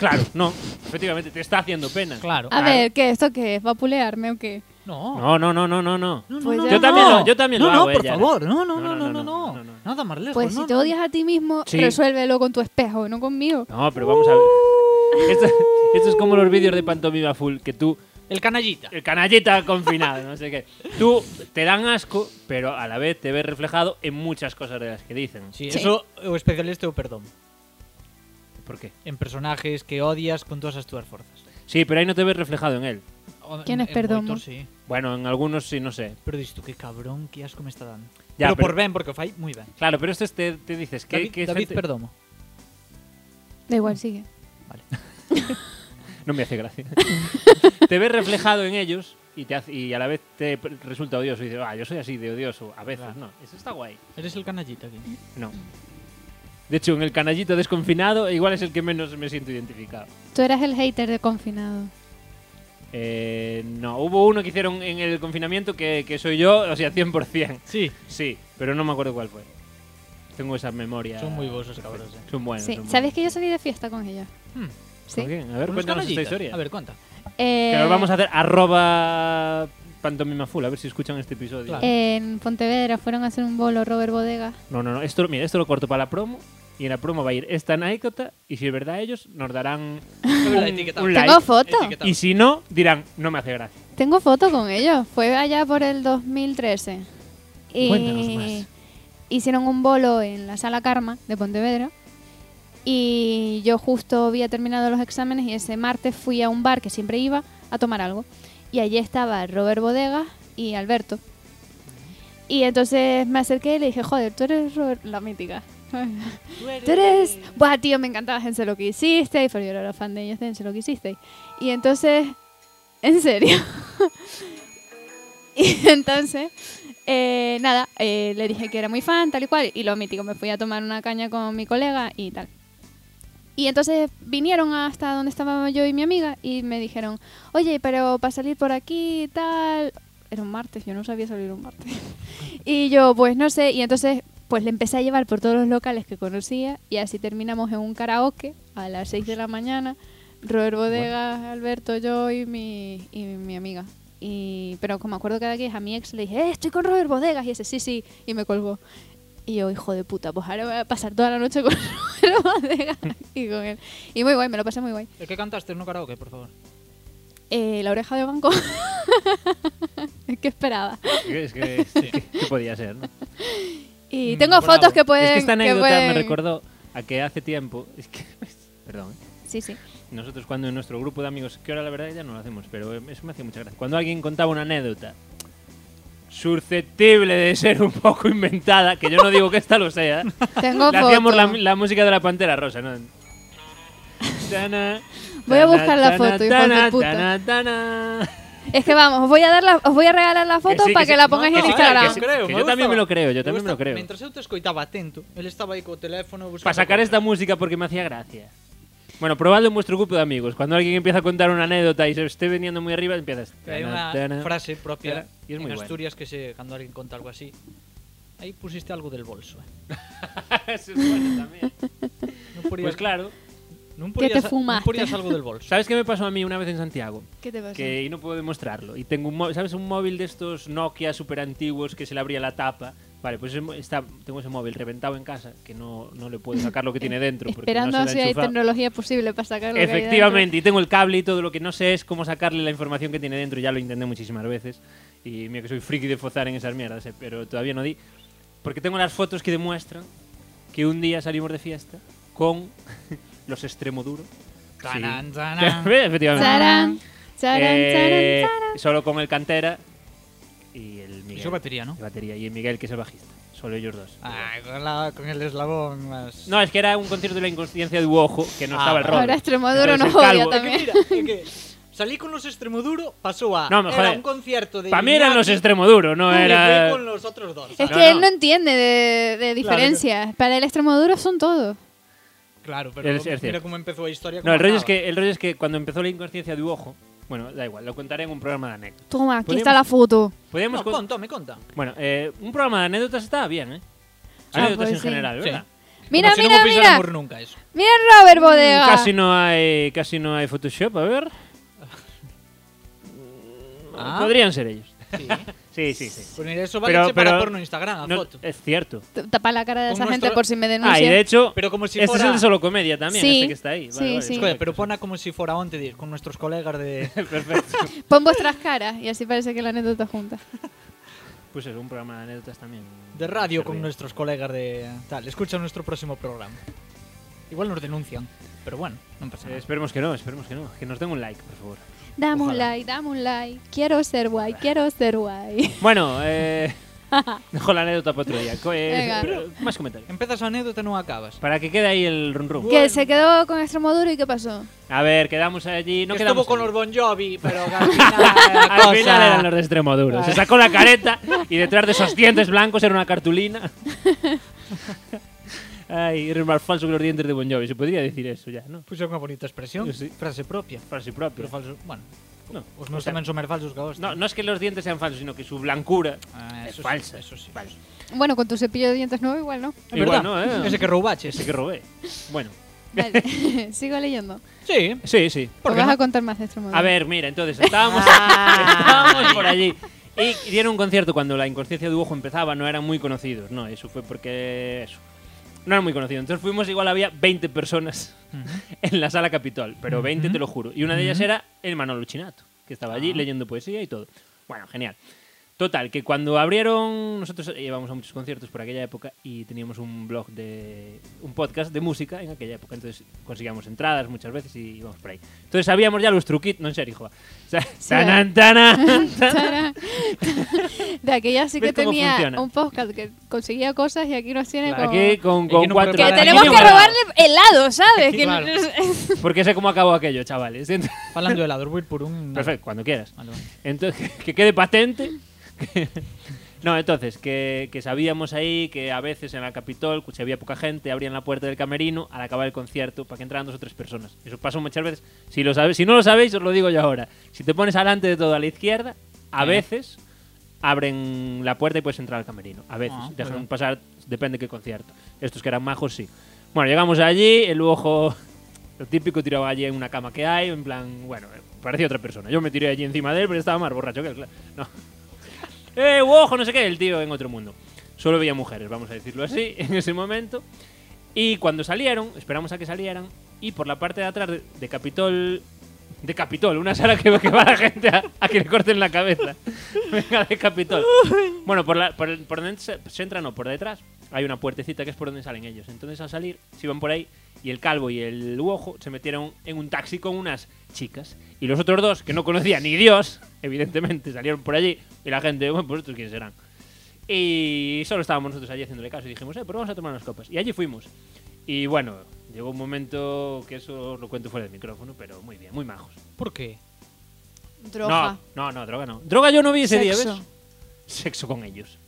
A: Claro, no. Efectivamente, te está haciendo pena.
B: Claro.
C: A ver, ¿qué? ¿Esto qué es? ¿Vapulearme o qué?
B: No.
A: No, no, no, no, no, no.
B: No, no,
C: Pues
B: no,
C: ya
B: no,
C: Yo
A: también
B: no.
A: lo- yo también
B: no,
A: lo hago,
B: No, por
A: ella.
B: favor, no, no, no,
A: No,
B: no,
A: no,
B: no, no,
A: no, no.
B: nada más lejos.
C: Pues
B: no,
C: si te
B: no.
C: odias a ti mismo,
A: Sí.
C: resuélvelo con tu espejo, no conmigo.
A: No, pero vamos a ver. Esto, esto es como los vídeos de Pantomima Full, que tú
B: El canallita.
A: el canallita confinado, no sé qué. Tú te dan asco, pero a la vez te ves reflejado en muchas cosas de las que dicen.
B: Sí,
C: Sí.
B: eso o especialista o perdón.
A: ¿Por qué?
B: En personajes que odias con todas as túas forzas.
A: Sí, pero ahí no te ves reflejado en él.
B: O-
C: ¿Quién
B: en-
C: es
B: en
C: Perdomo?
B: moitos, sí.
A: Bueno, en algunos sí, no sé.
B: Pero dices tú, que cabrón, que asco me está dando.
A: Ya,
B: pero,
A: pero-
B: por ben, porque o fai moi ben.
A: Claro, pero esto es te, te dices que...
B: David,
A: que es
B: David
A: gente-
B: Perdomo.
C: Da igual, sigue.
A: No me hace gracia. te ves reflejado en ellos y, te hace- y a la vez te pre- resulta odioso. Y dices, ah, yo soy así de odioso. A veces,
B: Claro.
A: no. Eso está guay.
B: Eres el canallita aquí.
A: No. De hecho, en el canallito desconfinado igual es el que menos me siento identificado.
C: Tú eras el hater de confinado.
A: Eh, no, hubo uno que hicieron en el confinamiento que, que soy yo, o sea, 100%.
B: Sí,
A: Sí, pero no me acuerdo cuál fue. Tengo esa memoria.
B: Son muy vos os cabros, eh.
A: Son buenos.
C: sí.
A: son
C: ¿Sabes
A: buenos.
C: que yo salí de fiesta con ella?
B: Hmm.
C: Sí.
A: ¿Con quién? A ver,
B: Unos
A: cuéntanos esta
B: canallitas.
A: historia.
B: A ver, cuenta.
C: Eh,
A: Que nos vamos a hacer arroba pantomima full, a ver si escuchan este episodio.
C: Eh.
B: Claro.
C: En Pontevedra fueron a hacer un bolo Robert Bodega.
A: No, no, no. Esto, mira, esto lo corto para la promo. Y en la promo va a ir esta anécdota. Y si es verdad, ellos nos darán un, un
C: Tengo
A: like. eh,
C: foto.
B: Etiquetado.
A: Y si no, dirán, no me hace gracia.
C: Tengo foto con ellos. Fue allá por el 2013. Y
A: Cuéntanos más.
C: Hicieron un bolo en la sala Karma de Pontevedra. Y yo justo había terminado los exámenes y ese martes fui a un bar que siempre iba a tomar algo. Y allí estaba Robert Bodega y Alberto. Y entonces me acerqué y le dije, joder, tú eres Robert- la mítica. Tú eres... Buah, tío, me encantaba Sé lo que hiciste. Y yo era fan de ellos de Sé lo que hiciste. Y entonces... En serio. y entonces... eh, nada, eh, le dije que era muy fan, tal y cual. Y lo mítico, me fui a tomar una caña con mi colega y tal. Y entonces vinieron hasta donde estaba yo y mi amiga y me dijeron, oye, pero para salir por aquí y tal... Era un martes, yo no sabía salir un martes. y yo, pues no sé, y entonces pues le empecé a llevar por todos los locales que conocía y así terminamos en un karaoke a las 6 de la mañana. Robert Bodegas, Alberto, yo y mi, y mi amiga. Y, pero como me acuerdo cada que a mi ex le dije, "Eh, estoy con Robert Bodegas y ese sí, sí, y me colgó. Y yo, hijo de puta, pues ahora voy a pasar toda la noche con Robert Bodegas y con él. Y muy guay, me lo pasé muy guay.
B: ¿El que cantaste no karaoke, por favor?
C: Eh, la oreja de banco. ¿Qué esperaba?
A: Es que, es que- ¿qué podía ser, ¿no?
C: Y
B: Mm,
C: tengo
B: bravo.
C: fotos que pueden...
A: Es que esta anécdota me
C: pueden-
A: recordó a que hace tiempo. Es que. Perdón. ¿eh?
C: Sí, sí.
A: Nosotros, cuando en nuestro grupo de amigos, que ahora la verdad ya no lo hacemos, pero eh, eso me hace mucha gracia. Cuando alguien contaba una anécdota susceptible de ser un poco inventada, que yo no digo que esta lo sea,
C: Tengo
A: le
C: fotos.
A: hacíamos la, la música de la pantera rosa, ¿no? Tana,
C: Voy a
A: tana,
C: buscar la
A: tana,
C: foto, hijo
A: tana,
C: de puta.
A: tana, tana.
C: Es que vamos, os voy a dar la- os voy a regalar la foto
A: sí, que
C: para que,
A: sí.
C: la
A: No,
C: pongáis
A: que
C: en
A: sí,
C: Instagram.
A: que sí. Que yo también me lo creo, yo también me lo creo.
B: Mientras eu te escoitaba atento, él estaba aí co teléfono buscando
A: Para sacar
B: cosas.
A: esta música porque me hacía gracia. Bueno, probadlo en vuestro grupo de amigos. Cuando alguien empieza a contar una anécdota y se esté veniendo muy arriba, este, empiezas.
B: Hay una
A: Tana, tana.
B: frase propia
A: Tana. Y es
B: en
A: muy buena.
B: Asturias que se, cuando alguien cuenta algo así. Ahí pusiste algo del bolso. eh".
A: Eso es bueno también.
B: No
A: Pues claro.
B: no
C: te
B: ponías-
C: fumaste.
B: No ponías algo del bolso.
A: ¿Sabes qué me pasó a mí una vez en Santiago?
C: ¿Qué te pasa?
B: Pues
A: Que y no puedo demostrarlo. Y tengo un móvil, ¿sabes? Un móvil de estos Nokia super antiguos que se le abría la tapa. Vale, pues ese mo- está, tengo ese móvil reventado en casa que no, no le puedo sacar lo que tiene dentro. Porque
C: Esperando
A: no se
C: si
A: le ha
C: hay
A: enchufado.
C: tecnología posible para sacarlo.
A: Efectivamente, y tengo el cable y todo lo que no sé es cómo sacarle la información que tiene dentro. Ya lo intenté muchísimas veces. Y mira que soy friki de fozar en esas mierdas, eh, pero todavía no di. Porque tengo las fotos que demuestran que un día salimos de fiesta con los extremo duro.
B: Tanán, tanán.
A: Efectivamente.
C: Charán, charán,
A: Eh,
C: charán,
A: Solo con el cantera y el
B: Y
A: Miguel.
B: su batería, ¿no?
A: Y batería. Y el Miguel, que es el bajista. Solo ellos dos.
B: Ah, con, la- con el eslabón más.
A: No, es que era un concierto de la inconsciencia de Uojo, que no
B: Ah,
A: estaba el
B: vale.
A: rol.
C: Ahora Extremadura nos
A: Entonces, el
C: odia
A: calvo.
C: también.
B: Salí con los Extremoduro, pasó a.
A: No, me
B: era
A: joder.
B: un concierto de.
A: Para mí eran los
B: Iñaki,
A: extremo duro, no
B: y
A: era.
B: fui con los otros dos.
C: Es
A: No,
C: que
A: no.
C: él no entiende de, de diferencias. Para el Extremadura son todos.
B: Claro, pero
A: Es- es
B: mira
A: cierto.
B: cómo empezó la historia.
A: No,
B: cómo
A: el rollo, es
B: acaba.
A: que, el rollo es que cuando empezó la inconsciencia de Uojo. Bueno, da igual, lo contaré en un programa de anécdotas.
C: Toma, aquí
A: Podríamos-
C: está la foto.
A: Podríamos
B: No,
A: con-
B: conta, me conta.
A: Bueno, eh, un programa de anécdotas estaba bien, ¿eh?
C: Ah,
A: Anécdotas
C: pues
A: en
C: sí.
A: general,
B: Sí.
A: ¿verdad?
C: Mira,
B: Como si
C: mira,
B: no hubiese el
C: mira.
B: amor nunca eso.
C: Mira el Robert Bodega.
A: Mm, Casi no hay casi no hay Photoshop, a ver. Mm,
B: Ah.
A: Podrían ser ellos.
B: Sí.
A: Sí, sí, sí.
B: Pues mira, eso vale
A: Pero-
B: che para
A: pero-
B: porno Instagram, a
A: No, eh,
B: foto.
A: es cierto.
C: T- Tapa la cara de
B: Con
C: esa
B: nuestro-
C: gente por si me
A: Ah, y de
C: denuncian.
A: hecho,
B: Pero como si
A: este
B: fuera.
A: es el solo comedia también,
C: Sí.
A: este que está ahí. Vale,
C: Sí,
A: vale,
C: sí.
B: Joder,
A: perfecto.
B: pero pona como si fuera onte dir, con nuestros colegas de.
A: Perfecto.
C: Pon vuestras caras y así parece que la anécdota junta.
A: Pues es un programa de anécdotas también.
B: De radio con
A: Servía.
B: nuestros colegas de tal. Escucha nuestro próximo programa. Igual nos denuncian, pero bueno, no pasa
A: Eh,
B: nada.
A: esperemos que no, esperemos que no. Que nos den un like, por favor.
C: Dame un
B: Ojalá.
C: like, dame un like. Quiero ser guay, quiero ser guay.
A: Bueno, eh, dejo la anécdota para otro día. Co- eh,
C: Venga.
A: pero más comentarios.
B: Empezas a anécdota, no acabas.
A: Para que quede ahí el run run.
C: Que se quedó con Extremoduro y ¿qué pasó?
A: A ver, quedamos allí. No
B: Que
A: quedamos
B: estuvo con
A: allí.
B: los Bon Jovi, pero que al final.
A: Al final eran los de extremo duro. Se sacó la careta y detrás de esos dientes blancos era una cartulina. Ay, era más falso que los dientes de Bon Jovi. Se podría decir eso ya, ¿no?
B: Puxo unha bonita expresión,
A: Sí.
B: frase propia.
A: Falso y
B: Pero
A: propio.
B: falso, bueno,
A: No,
B: os meus
A: o sea,
B: tamén son máis falsos que a hostia.
A: no, no es que los dientes sean falsos, sino que su blancura.
B: Ah,
A: es
B: eso
A: falsa.
B: Sí, eso sí.
A: Falso.
C: Bueno, con tu cepillo de dientes nuevo igual, ¿no?
B: É
A: Igual
B: verdad,
A: no, eh.
B: ese que roubaches.
A: Ese que robé. Bueno,
C: Vale, sigo leyendo.
B: Sí,
A: sí, sí.
C: ¿O
B: ¿por qué
C: vas a
B: no?
C: contar más de Extremadura?
A: A ver, mira, entonces estábamos, estábamos por allí. Y dieron un concierto cuando la inconsciencia de Uojo empezaba, no eran muy conocidos. No, eso fue porque. Eso. No eran muy conocidos. Entonces fuimos, igual había 20 personas en la sala Capitol, pero 20 te lo juro. Y una de ellas era el Manolo Chinato, que estaba allí
C: Ah.
A: leyendo poesía y todo. Bueno, genial. Total, que cuando abrieron, nosotros llevamos a muchos conciertos por aquella época y teníamos un blog de. un podcast de música en aquella época, entonces conseguíamos entradas muchas veces y íbamos por ahí. Entonces sabíamos ya los truquitos, no en serio, joa. O sea, tanan, tanan, tanan.
C: Tarán. De aquella sí
A: ¿Ves
C: que
A: cómo
C: tenía
A: funciona?
C: un podcast que conseguía cosas y aquí nos tiene como...
A: Aquí con, con
B: Aquí no
A: cuatro.
C: Que
B: Claro,
A: aquí
C: tenemos
A: no
C: que
A: paraba.
C: robarle helado, ¿sabes? Que-
B: Claro.
A: Porque sé cómo acabó aquello, chavales. Entonces-
B: Falando de helados, voy por un...
A: Perfecto, cuando quieras.
B: Vale, vale.
A: Entonces, que quede patente. que- No, entonces, que, que sabíamos ahí que a veces en la Capitol, si había poca gente, abrían la puerta del camerino al acabar el concierto para que entraran dos o tres personas. Eso pasó muchas veces. Si, lo sabe- si no lo sabéis, os lo digo yo ahora. Si te pones adelante de todo a la izquierda, a
B: Venga.
A: veces abren la puerta y puedes entrar al camerino. A veces.
B: Ah,
A: Dejan
B: bueno.
A: pasar, depende de qué concierto. Estos que eran majos, sí. Bueno, llegamos allí, el ojo, lo típico, tiraba allí en una cama que hay, en plan, bueno, eh, parecía otra persona. Yo me tiré allí encima de él, pero estaba más borracho que él, claro. No. ¡Eh, ojo! No sé qué, el tío en otro mundo. Solo veía mujeres, vamos a decirlo así, en ese momento. Y cuando salieron, esperamos a que salieran, y por la parte de atrás de, de Capitol. De Capitol, una sala que, que va la gente a, a que le corten la cabeza. Venga, de Capitol. Bueno, por, la, por, el- por donde se, se entra, no, por detrás hay una puertecita que es por donde salen ellos. Entonces al salir, se iban por ahí y el calvo y el ojo se metieron en un taxi con unas chicas. Y los otros dos, que no conocían ni Dios, evidentemente, salieron por allí y la gente, bueno, pues estos quiénes serán. Y solo estábamos nosotros allí haciéndole caso y dijimos, eh, pero vamos a tomar unas copas. Y allí fuimos. Y bueno, llegó un momento que eso os lo cuento fuera del micrófono, pero muy bien, muy majos.
B: Por qué?
C: Droga.
A: No, no, no, droga no. Droga yo no vi ese día,
C: Sexo.
A: ¿ves? Sexo con ellos.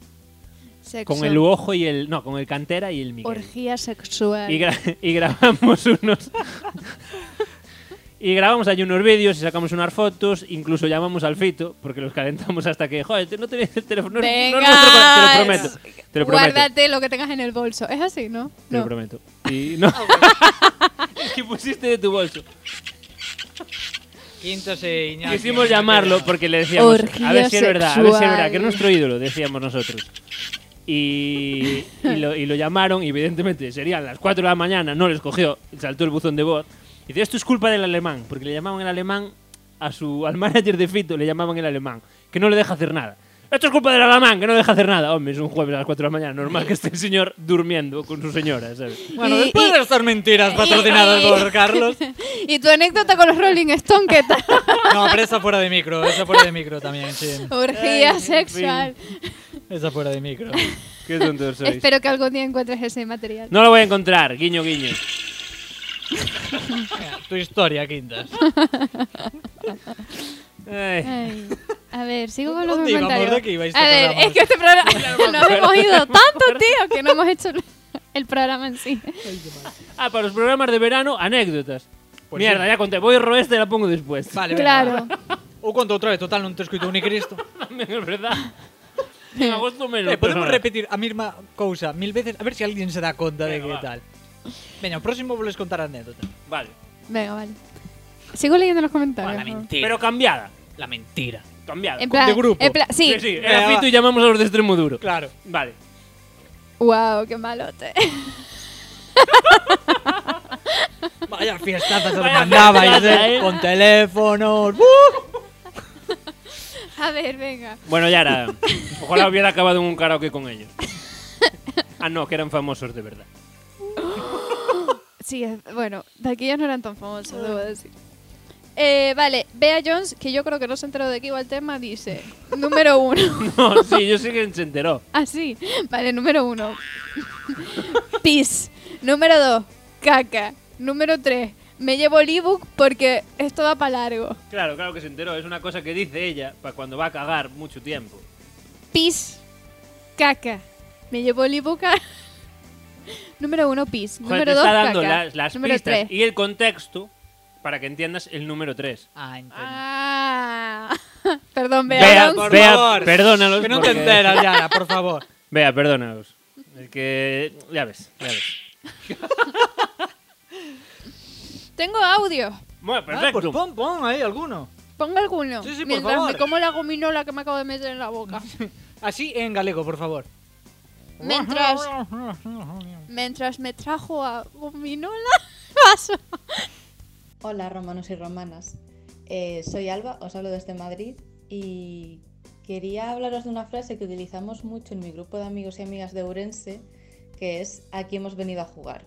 C: Sexo.
A: Con el ojo y el. No, con el cantera y el Miguel.
C: Orgía sexual.
A: Y, gra- y grabamos unos. Y grabamos allí unos vídeos y sacamos unas fotos, incluso llamamos al Fito, porque los calentamos hasta que, joder, no tenéis el teléfono, no es- no es nuestro
C: Venga.
A: teléfono, te lo prometo. Te lo prometo.
C: Guárdate lo que tengas en el bolso. ¿Es así, no?
A: Te lo
C: No. Ah,
A: prometo. Y no. es que pusiste de tu bolso.
B: Quintos e Iñaki.
A: Quisimos llamarlo porque le decíamos, a ver si es
C: Orgía
A: verdad, a ver si es verdad,
C: sexual.
A: que es nuestro ídolo, decíamos nosotros. Y, y lo, y lo llamaron, y evidentemente serían las 4 de la mañana, no les cogió, saltó el buzón de voz. Y dice, esto es culpa del alemán, porque le llamaban el alemán a su, al manager de Fito, le llamaban el alemán, que no le deja hacer nada. Esto es culpa del alemán, que no deja hacer nada. Hombre, es un jueves a las 4 de la mañana, normal que esté el señor durmiendo con su señora, ¿sabes?
B: Bueno,
C: Y-
B: después
C: y-
B: de estas mentiras patrocinadas
C: y-
B: por Carlos.
C: ¿Y tu anécdota con los Rolling Stone qué tal?
B: No, pero esa fuera de micro, esa fuera de micro también, sí.
C: Orgía
A: Ay, en
C: sexual.
B: Esa fuera de micro.
A: Qué tontos sois.
C: Espero que algún día encuentres ese material.
A: No lo voy a encontrar, guiño, guiño.
B: Tu historia, Quintas.
A: Ay.
C: Ay, A ver, sigo con los
B: ¿Dónde íbamos?
C: comentarios.
B: ¿De qué iba este
C: a ver,
B: programa?
C: es que este programa nos hemos ido tanto, tío, que no hemos hecho el programa en sí.
A: Ah, para los programas de verano, anécdotas.
B: Pues
A: Mierda,
B: sí.
A: ya conté. Voy a roeste y la pongo después.
B: Vale,
C: Claro.
B: O cuánto otra vez, total, no te escuito ni Cristo.
A: También es verdad. En agosto menos.
B: Eh, podemos
A: personas.
B: repetir a misma cousa mil veces, a ver se alguén se dá conta de que
A: Venga, va.
B: tal. Veña, o próximo voles contar a anécdota.
A: Vale.
C: Venga, vale. Sigo leyendo los
B: Ah, la
C: comentarios. ¿no?
B: mentira.
A: Pero cambiada.
B: La mentira.
A: Cambiada.
C: En plan,
B: de grupo.
C: en plan- sí.
A: Sí, sí.
B: Venga,
A: Era
B: va.
A: Fito y llamamos a los de extremo duro.
B: Claro.
A: Vale.
C: Wow, qué malote.
B: Vaya fiestazas os
A: Vaya
B: mandabais,
A: fiestazas,
B: eh,
A: eh.
B: con teléfonos. ¡buh!
C: A ver, venga.
A: Bueno, ya era. Ojalá hubiera acabado en un karaoke con ellos. Ah, no, que eran famosos de verdad.
C: Sí, es- bueno, de aquí ya no eran tan famosos, debo decir. Eh, vale, Bea Jones, que yo creo que no se enteró de qué iba el tema, dice: Número uno.
A: No, sí, yo sé que se enteró.
C: Así. Ah, Vale, número uno. Pis. Número dos. Caca. Número tres. Me llevo el ebook porque esto va para largo.
A: Claro, claro que se enteró. Es una cosa que dice ella para cuando va a cagar mucho tiempo.
C: Pis. Caca. Me llevo el ebook a- Número uno, pis.
A: Joder,
C: número
A: te
C: dos,
A: está dando
C: caca.
A: las, las
C: número
A: pistas
C: tres.
A: y el contexto para que entiendas el número 3.
B: Ah, entendo.
C: Ah. Perdón, Bea,
A: Vea,
C: Jones.
B: por
A: vea,
B: favor.
A: perdónalos.
B: que no te
A: porque-
B: enteras, Yara, por favor. Ah,
A: Vea, perdónalos. Es que. Ya ves, ya ves.
C: Tengo audio.
A: Bueno,
B: Ah, pues
A: perfecto.
B: pon, pon ahí alguno.
C: Pongo alguno.
B: Sí, sí, por
C: mientras
B: favor.
C: me como la gominola que me acabo de meter en la boca.
B: Así en galego, por favor.
C: Mientras, mientras me trajo a gominola, paso.
D: Hola romanos y romanas, Eh, soy Alba, os hablo desde Madrid y quería hablaros de una frase que utilizamos mucho en mi grupo de amigos y amigas de Ourense, que es aquí hemos venido a jugar.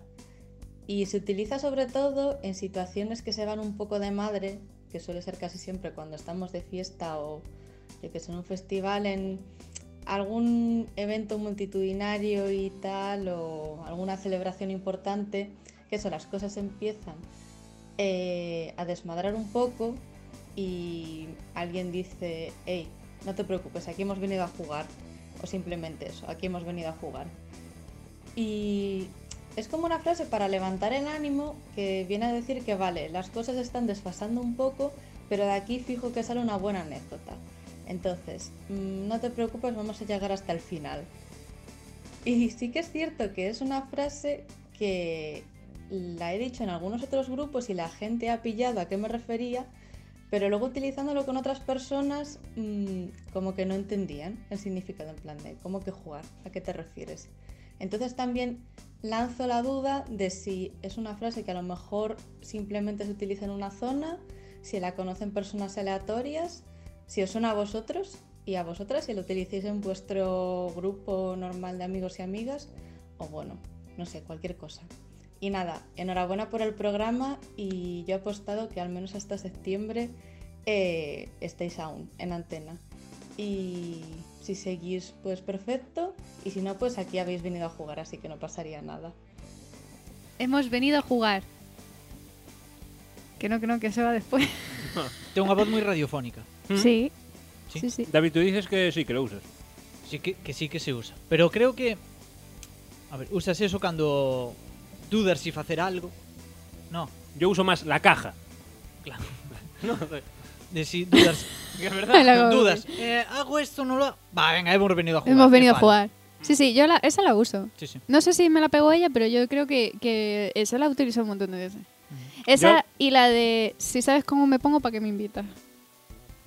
D: Y se utiliza sobre todo en situaciones que se van un poco de madre, que suele ser casi siempre cuando estamos de fiesta o yo que sé, en un festival, en algún evento multitudinario y tal, o alguna celebración importante, que eso, las cosas empiezan eh, a desmadrar un poco y alguien dice, hey, no te preocupes, aquí hemos venido a jugar. O simplemente eso, aquí hemos venido a jugar. Y es como una frase para levantar el ánimo que viene a decir que vale, las cosas están desfasando un poco, pero de aquí fijo que sale una buena anécdota. Entonces, mm, no te preocupes, vamos a llegar hasta el final. Y sí que es cierto que es una frase que la he dicho en algunos otros grupos y la gente ha pillado a qué me refería, pero luego utilizándolo con otras personas mm, como que no entendían el significado en plan de cómo que jugar, a qué te refieres. Entonces también lanzo la duda de si es una frase que a lo mejor simplemente se utiliza en una zona, si la conocen personas aleatorias, si os suena a vosotros y a vosotras, si lo utilicéis en vuestro grupo normal de amigos y amigas, o bueno, no sé, cualquier cosa. Y nada, enhorabuena por el programa y yo he apostado que al menos hasta septiembre eh, estéis aún en antena. Y si seguís, pues perfecto. Y si no, pues aquí habéis venido a jugar, así que no pasaría nada.
C: Hemos venido a jugar. Que no, que no, que se va después.
B: Tengo unha voz moi radiofónica.
A: ¿Mm?
C: Sí.
B: Sí.
C: Sí, sí.
A: David, tú dices que sí, que lo usas.
B: Sí que, que sí que se usa. Pero creo que... A ver, usas eso cando dudas si facer algo. No,
A: Yo uso más la caja.
B: Claro. De si dudas. Que es verdad,
C: La hago
B: dudas. Eh, hago esto, no lo hago. Va, venga, hemos venido a jugar.
C: Hemos
B: qué
C: venido a
B: fan.
C: jugar. Sí, sí, yo la- esa la uso.
B: Sí, sí.
C: No sé si me la pegó ella, pero yo creo que, que esa la utilizo un montón de veces. Esa y la de si sabes cómo me pongo, ¿para qué me invitas?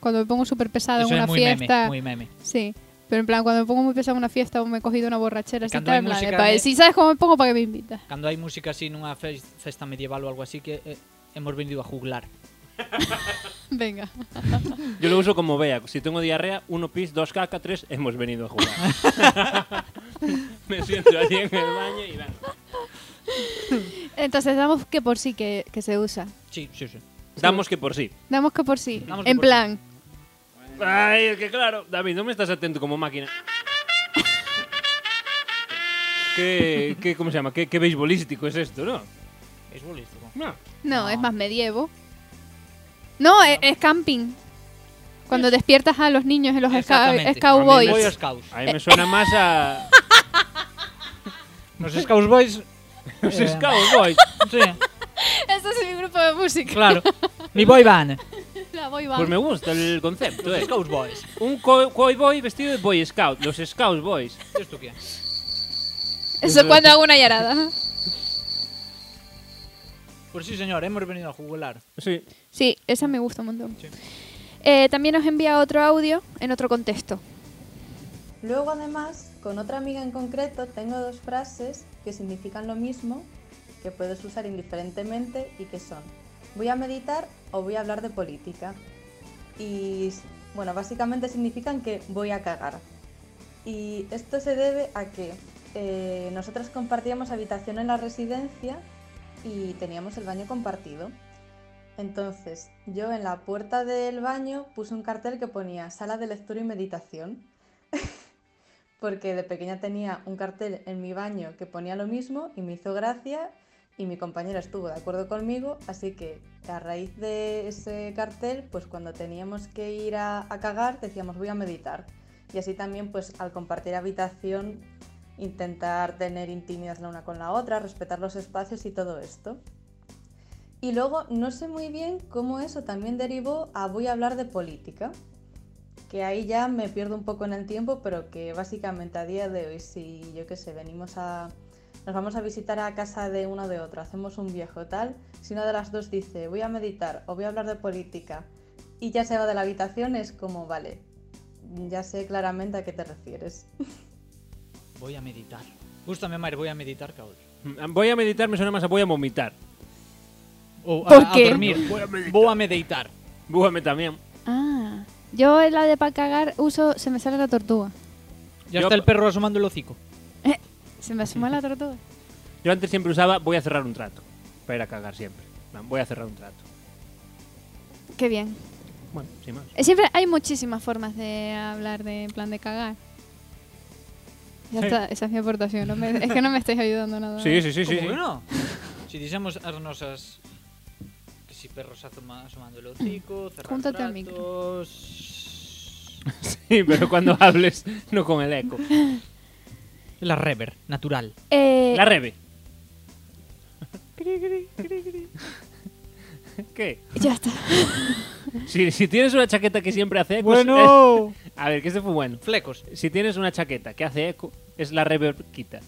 C: Cuando me pongo súper pesada
B: Eso
C: en una
B: es muy
C: fiesta.
B: meme, muy meme.
C: Sí. Pero en plan, cuando me pongo muy pesada en una fiesta o me he cogido una borrachera, así
B: Cuando
C: tal,
B: hay
C: en plan, de,
B: música
C: "Pa-
B: de-
C: si sabes cómo me pongo, ¿para qué me invitas?
B: Cando hai música así nunha fes- festa medieval ou algo así que eh, hemos venido a juglar.
C: Venga.
A: Yo lo uso como vea. Si tengo diarrea, uno pis, dos caca, tres, hemos venido a jugar. Me siento allí en el baño y nada.
C: Entonces damos que por sí que, que se usa.
B: Sí, sí, sí.
A: Damos que por sí.
C: Damos que por sí.
B: Damos que
C: en
B: por sí.
C: plan,
A: Ay, es que claro, David, no me estás atento como máquina. ¿Qué, qué, ¿Cómo se llama? ¿Qué, qué beisbolístico es esto, no?
B: Es bolístico.
A: No.
C: no,
B: No.
C: es más medievo. No, es, es camping. Cuando despiertas a los niños en los esca-
B: Exactamente.
C: cowboys.
B: Voy aos caos.
A: A mí me suena más a.
B: Nos Scouse Boys,
A: Los
B: Eh,
A: Cowboys.
B: sí,
C: Ese es mi grupo de música.
B: claro. Mi boy band,
C: La boy band.
A: Pues me gusta el concepto,
B: los
A: eh.
B: Scouse Boys.
A: Un co- cowboy vestido de Boy Scout, los Scout Boys.
B: Isto que é?
C: Eso es cuando hago una llarada.
B: Por si, Pues señor, hemos venido a juglar.
A: Sí.
C: Sí, esa me gusta un montón.
B: Sí.
C: Eh, también nos envía otro audio en otro contexto.
D: Luego además, con otra amiga en concreto, tengo dos frases que significan lo mismo, que puedes usar indiferentemente y que son voy a meditar o voy a hablar de política. Y bueno, básicamente significan que voy a cagar. Y esto se debe a que eh, nosotros compartíamos habitación en la residencia y teníamos el baño compartido. Entonces, yo en la puerta del baño puse un cartel que ponía sala de lectura y meditación porque de pequeña tenía un cartel en mi baño que ponía lo mismo y me hizo gracia y mi compañera estuvo de acuerdo conmigo, así que a raíz de ese cartel, pues cuando teníamos que ir a, a cagar decíamos voy a meditar y así también pues al compartir habitación intentar tener intimidad la una con la otra, respetar los espacios y todo esto. Y luego no sé muy bien cómo eso también derivó a voy a hablar de política que ahí ya me pierdo un poco en el tiempo, pero que básicamente a día de hoy, si yo qué sé, venimos a. Nos vamos a visitar a casa de uno de otro, hacemos un viejo tal. Si una de las dos dice, voy a meditar o voy a hablar de política, y ya se va de la habitación, es como, vale, ya sé claramente a qué te refieres.
B: Voy a meditar. Gústame máis, voy a meditar, caos.
A: Voy a meditar, me suena más a voy a vomitar.
B: Ou a,
C: Por
B: a
C: qué?
B: dormir. Vou a meditar.
A: Bújame también.
C: Ah, yo en la de para cagar uso se me sale la tortuga.
B: Ya
A: Yo-
B: está el perro asomando el hocico.
C: Se me asoma la tortuga.
A: Yo antes siempre usaba voy a cerrar un trato. Para ir a cagar siempre. Voy a cerrar un trato.
C: Qué bien.
A: Bueno, sin más.
C: Eh, Siempre hay muchísimas formas de hablar de en plan de cagar. Ya está, esa es mi aportación. no me- es que no me estáis ayudando nada.
A: Sí, sí, sí, sí.
B: Como
A: sí.
B: que no? Si dixemos as nosas que si perros asoma, asomando el hocico, cerrar
C: Júntate al micro.
B: tratos...
A: Sí, pero cuando hables, no con el eco.
B: La rever, natural.
C: Eh,
A: La rebe. ¿Qué?
C: ya está.
A: Si, si tienes una chaqueta que siempre hace eco. es- a ver, que este fue bueno.
B: Pues, eh, Flecos.
A: Si tienes una chaqueta que hace eco, es la reverquita.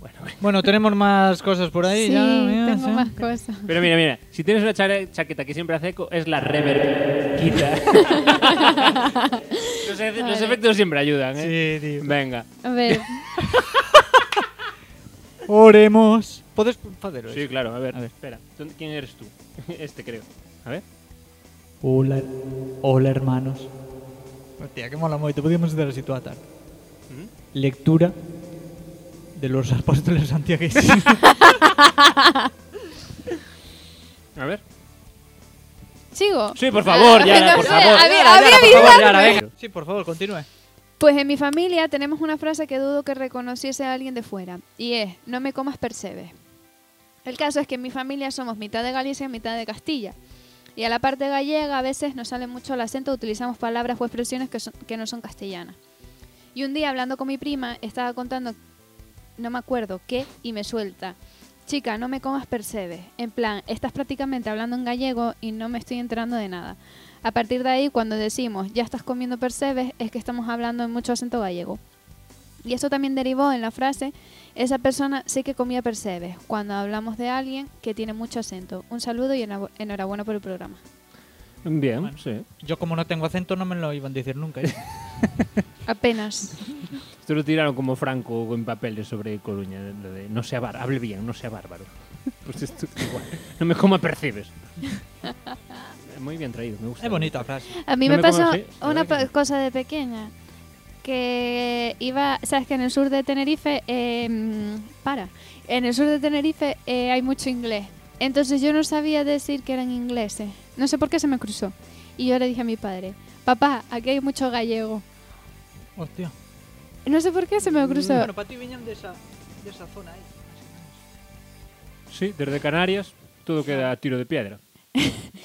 A: Bueno,
B: Bueno, tenemos más cosas por ahí.
C: sí,
B: ya, mira,
C: tengo
B: sí.
C: más cosas.
A: pero mira, mira. Si tienes una chare- chaqueta que siempre hace eco, es la reverquita. los, efe- los
C: Vale.
A: efectos siempre ayudan,
B: Sí,
A: ¿eh?
B: tío.
A: Venga.
C: A ver,
B: Oremos. Podes facelo
A: Sí, claro, a ver.
B: A ver.
A: Espera. ¿Tú- ¿Quién eres tú? Este creo. A ver.
B: Hola, hola hermanos. Hostia, que mola moito. Podíamos estar así toda tarde.
A: Mm.
B: Lectura de los apóstoles santiagueses.
A: A ver.
C: sigo.
A: Sí, por favor, Yara,
C: No
A: por
C: sé,
A: favor.
C: había-
A: Yara,
C: había
A: Yara, por favor,
C: avisado.
A: Yara, venga.
B: sí, por favor, continúe.
C: Pues en mi familia tenemos una frase que dudo que reconociese a alguien de fuera, y es, no me comas percebes. El caso es que en mi familia somos mitad de Galicia y mitad de Castilla. Y a la parte gallega a veces nos sale mucho el acento, utilizamos palabras o expresiones que, son- que no son castellanas. Y un día hablando con mi prima, estaba contando, no me acuerdo qué, y me suelta. chica, no me comas percebes. En plan, estás prácticamente hablando en gallego y no me estoy enterando de nada. A partir de ahí, cuando decimos, ya estás comiendo percebes, es que estamos hablando en mucho acento gallego. Y eso también derivó en la frase, esa persona sí que comía percebes, cuando hablamos de alguien que tiene mucho acento. Un saludo y enhab- enhorabuena por el programa.
A: Bien,
B: Bueno.
A: sí.
B: Yo como no tengo acento no me lo iban a decir nunca. ¿eh?
C: Apenas.
A: Esto lo tiraron como Franco en papeles sobre Coruña. lo de no sea bárbaro, hable bien, no sea bárbaro. Pues esto es igual. No me coma percibes. Muy bien traído, me gusta.
B: Es bonita frase.
C: A mí
A: No
C: me
A: me
C: pasó
A: conocí, la
C: una
A: verdad que
C: pa- cosa de pequeña. Que iba, sabes que en el sur de Tenerife, eh, mm, para, en el sur de Tenerife eh, hay mucho inglés. Entonces yo no sabía decir que eran ingleses. No sé por qué se me cruzó. Y yo le dije a mi padre, papá, aquí hay mucho gallego.
B: Hostia. Mm,
C: No sé por qué se
A: Mm,
C: me cruzó.
B: Bueno, para ti viñan de esa, de esa zona eh. ahí.
A: Sí, desde Canarias todo queda a tiro de piedra.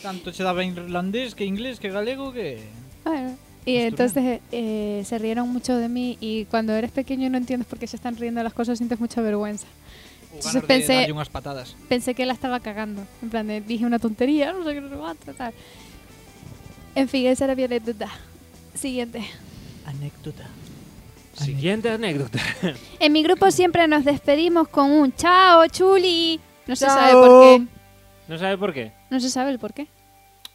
B: Tanto se daba irlandés que inglés que galego que...
C: Bueno, y
B: Asturiano.
C: entonces eh, se rieron mucho de mí y cuando eres pequeño no entiendes por qué se están riendo de las cosas, sientes mucha vergüenza.
B: O
C: Entonces
B: ganas de
C: pensé-
B: darlle unhas patadas.
C: pensé que la estaba cagando. En plan, de, dije una tontería, no sé qué, no sé cuánto, tal. En fin, esa era mi anécdota. Siguiente.
B: Anécdota.
A: Siguiente anécdota.
C: En mi grupo siempre nos despedimos con un chao, chuli. No se sabe por qué.
A: ¿No sabe por qué?
C: No se sabe el por qué.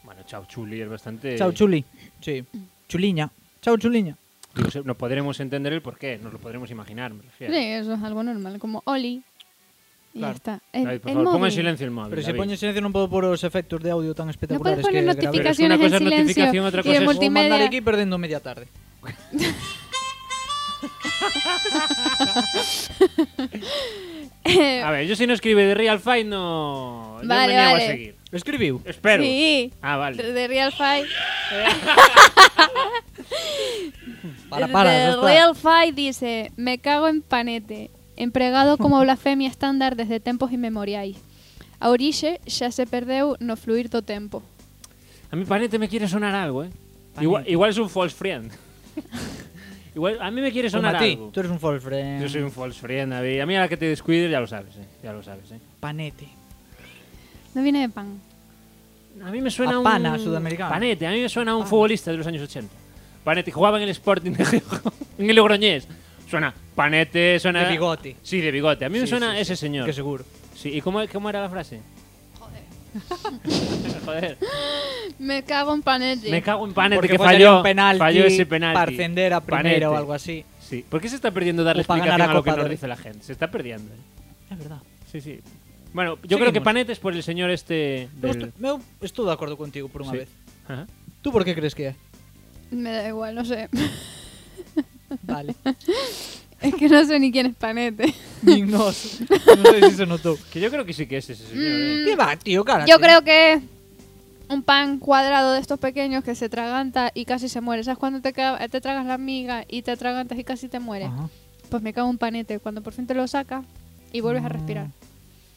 A: Bueno, chao chuli es bastante...
B: Chao, chuli. Sí.
C: Mm.
B: Chuliña. Chao, chuliña.
A: Digo, se- No podremos entender el por qué, nos lo podremos imaginar, me refiero.
C: Sí, eso es algo normal, como Oli. Y
B: Claro.
C: ya está. El,
A: David, por
C: el
A: favor, ponga en
C: móvil.
A: silencio el móvil.
B: Pero se
A: David.
B: pone silencio non podo por os efectos de audio tan
C: No puedes
B: espectaculares
C: poner
B: que grabé.
C: notificaciones
A: notificaciones cosa
C: en
A: es notificación,
C: silencio
A: otra
C: y en
A: cosa es-
B: Vou mandar
C: multimedia.
B: aquí perdendo media tarde.
A: A ver, yo si no escribe de Real Fight no... yo
C: Vale,
A: me niego
C: vale.
A: a seguir.
B: Escribiu.
A: Espero.
C: Sí,
A: Ah, vale.
C: de Real Fight.
B: Para, para,
C: The
B: ya está.
C: Real Fight dice, me cago en panete, empregado como blasfemia estándar desde tempos inmemoriais. A orixe xa se perdeu no fluir do tempo.
A: A mí Panete me quiere sonar algo, ¿eh?
B: Panete.
A: Igual, igual es un false friend. igual, a mí me quiere
B: Como
A: sonar
B: a ti.
A: algo.
B: Tú eres un false friend.
A: Pues Yo soy un false friend, David. A mí a la que te descuides ya lo sabes, ¿eh? Ya lo sabes, ¿eh?
B: panete.
C: No viene de pan.
A: A mí me suena
B: A pana
A: un...
B: sudamericano.
A: Panete, a mí me suena a un
B: Pana.
A: futbolista de los años 80. Panete, jugaba en el Sporting de Gijón, en el Logroñés. Suena Panete, suena...
B: De bigote.
A: Sí, de bigote. A mí me
B: Sí,
A: suena
B: sí, sí.
A: ese señor.
B: Que seguro.
A: Sí, ¿y cómo, cómo era la frase? Joder. Joder.
C: Me cago en panete.
A: Me cago en Panete
B: Porque
A: que
B: fallaría
A: falló,
B: un penalti
A: falló ese penalti.
B: Para ascender a primera
A: Panete.
B: o algo así.
A: Sí. ¿Por qué se está perdiendo darle
B: O para ganar
A: explicación
B: a
A: a, lo que
B: Copa
A: nos
B: del-
A: dice la gente? Se está perdiendo. ¿eh?
B: É verdad.
A: Sí, sí. Bueno, yo
B: Seguimos.
A: creo que Panete es por el señor este
B: Eu estu-
A: del...
B: Eu estou de acordo contigo por unha
A: Sí.
B: vez.
A: Ajá.
B: Tú por que crees que é?
C: Me da igual, no sé.
B: Vale.
C: Es que no sé ni quién es panete.
B: Nin nós. Non sei se se notou.
A: Que yo creo que sí que es ese señor. ¿eh?
B: Que va, tío, cara.
C: Mm. Yo creo que es un pan cuadrado de estos pequeños que se traganta y casi se muere. ¿Sabes cuando te, ca- te tragas la miga y te atragantas y casi te mueres? Pues me cago en panete. Cuando por fin te lo sacas y vuelves
B: Ah.
C: a respirar.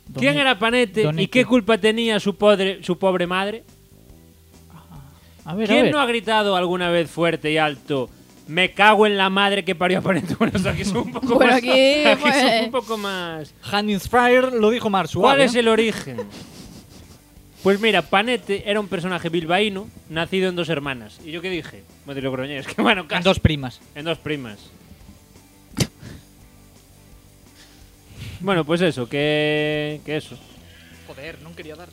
B: Mm.
A: ¿Quién era Panete y
B: Donete.
A: qué culpa tenía su, podre- su pobre madre?
B: A ver, a
A: ¿Quién
B: ver.
A: no ha gritado alguna vez fuerte y alto? Me cago en la madre que parió a Panete. Bueno, o sea, aquí son un poco
C: Bueno,
A: más.
C: aquí,
A: aquí son
C: pues.
A: un poco más.
B: Hanning Fryer lo dijo Mar Suave.
A: ¿Cuál es
B: ¿eh?
A: el origen? Pues mira, Panete era un personaje bilbaíno nacido en dos hermanas. ¿Y yo qué dije? Bueno, de Logroñés, que bueno,
B: Con
A: casi.
B: dos primas.
A: En dos primas. bueno, pues eso, que, que eso.
B: Joder, no quería dar.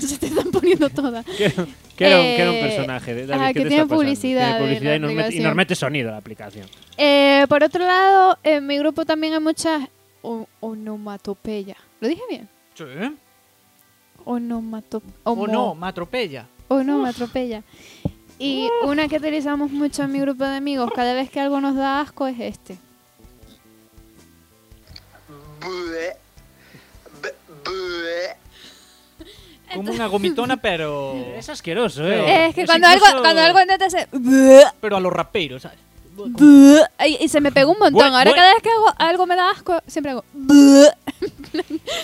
C: se te están poniendo todas.
A: Que, que era, un, que era un
C: Eh,
A: personaje. de- David,
C: ah,
A: ¿qué
C: que
A: te está
C: tiene
A: pasando?
C: publicidad
A: Tiene
C: en la
A: publicidad y nos, mete, y
C: aplicación.
A: nos mete sonido a la aplicación.
C: Eh, por otro lado, en mi grupo también hay muchas o- onomatopeya. ¿Lo dije bien?
B: Sí.
C: Onomato
B: O no, me atropella.
C: Onomatopeya. Y una que utilizamos mucho en mi grupo de amigos, cada vez que algo nos da asco, es este.
B: Como una gomitona, pero.
A: Es asqueroso,
B: Eh,
A: ¿eh?
C: es que cuando, algo,
A: incluso-
C: cuando algo intenta hacer...
B: Pero a los rapeiros, ¿sabes?
C: Y, y se me pegó un montón.
A: Buen-
C: Ahora
A: buen-
C: cada vez que hago algo me da asco, siempre hago...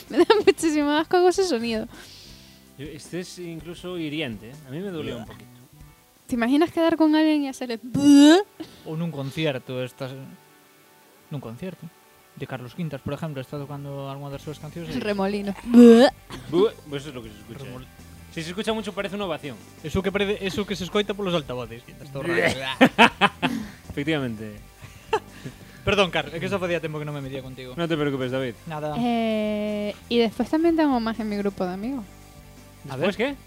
C: me da muchísimo asco hago ese sonido.
A: Yo- Este es incluso hiriente. ¿eh? A mí me dolió un poquito.
C: ¿Te imaginas quedar con alguien y hacerle...
B: O en un concierto, estás. En un concierto. de Carlos Quintas, por ejemplo, está tocando alguna de sus canciones.
C: El remolino.
A: Bu- Pues eso es lo que se escucha. eh. Si se escucha mucho parece una ovación.
B: Eso que, parece- eso que se escoita polos altavoces. Quintas, todo raro.
A: Efectivamente.
B: Perdón, Carlos, é que eso facía tempo que non me metía contigo.
A: No te preocupes, David.
B: Nada.
C: Eh, y después también tengo más en mi grupo de amigos.
B: A
A: ¿Pues qué?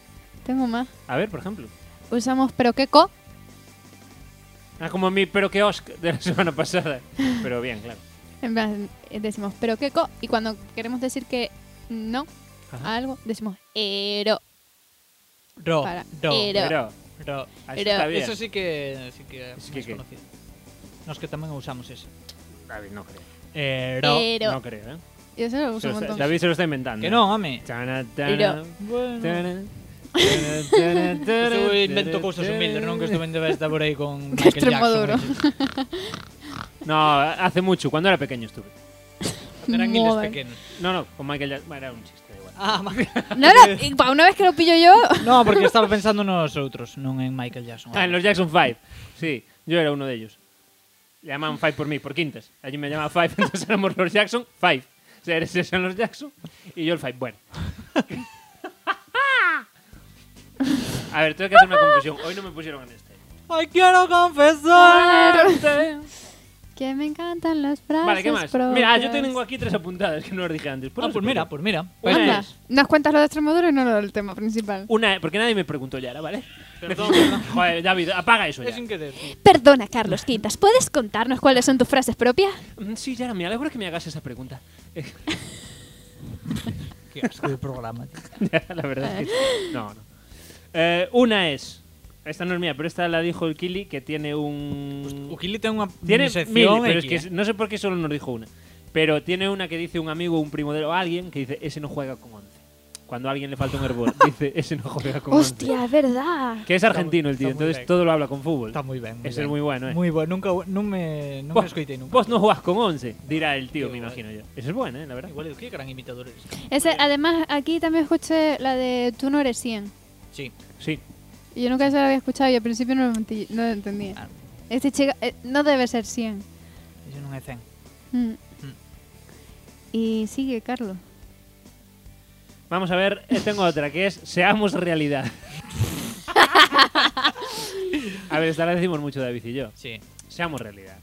C: Tengo más.
A: A ver, por ejemplo.
C: Usamos pero qué co.
A: Ah, como mi pero que Osc de la semana pasada. Pero bien, claro.
C: En plan, eh, decimos pero qué co. Y cuando queremos decir que no
A: Ajá.
C: a algo, decimos ero.
B: Ro,
C: Para.
B: ro,
C: Pero-
A: Pero,
B: ro.
A: así
C: Pero-
A: está bien.
B: Eso sí que sí que
A: Sí
B: sí
A: que
B: que
A: qué.
B: conocido. Nos que tamén usamos ese.
A: David, no creo.
B: Eh, ro.
C: Ero.
A: No creo, ¿eh?
C: Y eso lo uso
A: Se lo
C: un
A: está-
C: montón.
A: David se lo está inventando.
B: Que non, home.
A: Tana,
C: Pero-
A: tana,
B: Bueno.
A: tana, tana, tana, tana,
B: Eu invento
A: tana,
B: cousas
A: tana.
B: humildes, non? Que estou vendo esta por aí con
C: Que
B: Michael
C: Extremadura.
B: Jackson.
A: No, hace mucho, cuando era pequeño estuve.
B: Cando Eran niños
C: Mover.
B: pequeños.
A: No, no, con Michael Jackson. Bueno, Era un chiste, da igual.
B: Ah, ma-
C: No, no, y pa, una vez que lo pillo yo,
B: no, porque estaba pensando nos outros, non en Michael Jackson.
A: Ah, en los Jackson 5. Sí, yo era uno de ellos. Le llamaban Five por mí, por quintas. Allí me llamaba Five, entonces éramos los Jackson Five. O sea, eres esos son los Jackson y yo el Five. Bueno. A ver, tengo que hacer una confesión. Hoy no me pusieron en este.
B: Ay, quiero confesar.
C: que me encantan las frases.
A: Vale, ¿qué más?
C: propias.
A: Mira, ah, yo tengo aquí tres apuntadas que no las dije antes. Por
B: Ah,
A: no sé
B: pues
A: por
B: mira,
A: qué.
B: pues mira.
A: Pues
C: Anda,
A: es. Uh.
C: nos cuentas lo de Extremadura y no lo del tema principal.
A: Una, porque nadie me preguntó ya, ¿vale?
B: Perdón, perdón.
A: Joder, David, apaga eso ya.
B: Es sin querer.
C: Perdona, Carlos Quintas, ¿puedes contarnos cuáles son tus frases propias?
A: Mm, Sí, Yara, me alegro que me hagas esa pregunta.
B: Qué asco de programa. tío.
A: la verdad es que sí. No, no. Eh, una es. Esta no es mía, pero esta la dijo el Kili, que tiene
B: Pues,
A: un.
B: Ukili ten unha
A: Mm. tiene mil,
B: sección
A: pero es
B: aquí,
A: que
B: eh.
A: no sé por qué solo nos dijo una. Pero tiene una que dice un amigo, un primo de o alguien, que dice: Ese no juega con 11. Cuando a alguien le falta un hervor, dice: Ese no juega con 11.
C: Hostia, es verdad.
A: Que es argentino el tío,
B: Está muy
A: entonces
B: bien.
A: todo lo habla con fútbol.
B: Está muy ben.
A: Ese es muy bueno, eh.
B: Muy bueno, nunca non me non
A: Vos-
B: me escoitei nunca.
A: Vos no jugás con 11, dirá el tío,
B: Qué
A: me
B: guay.
A: imagino yo. Ese es bueno, eh, la verdad.
B: Igual que gran imitadores.
C: Ese, además, aquí también escuché la de Tú no eres 100.
B: Sí.
A: Sí.
C: Y Yo nunca se la había escuchado y al principio no lo, enti- no lo entendía.
B: Ah.
C: Este chico eh, no debe ser 100.
B: Eso non é zen.
C: Mm. Y sigue, Carlos.
A: Vamos a ver, eh, tengo otra que es Seamos realidad. a ver, esta la decimos mucho David y yo.
B: Sí.
A: Seamos realidad.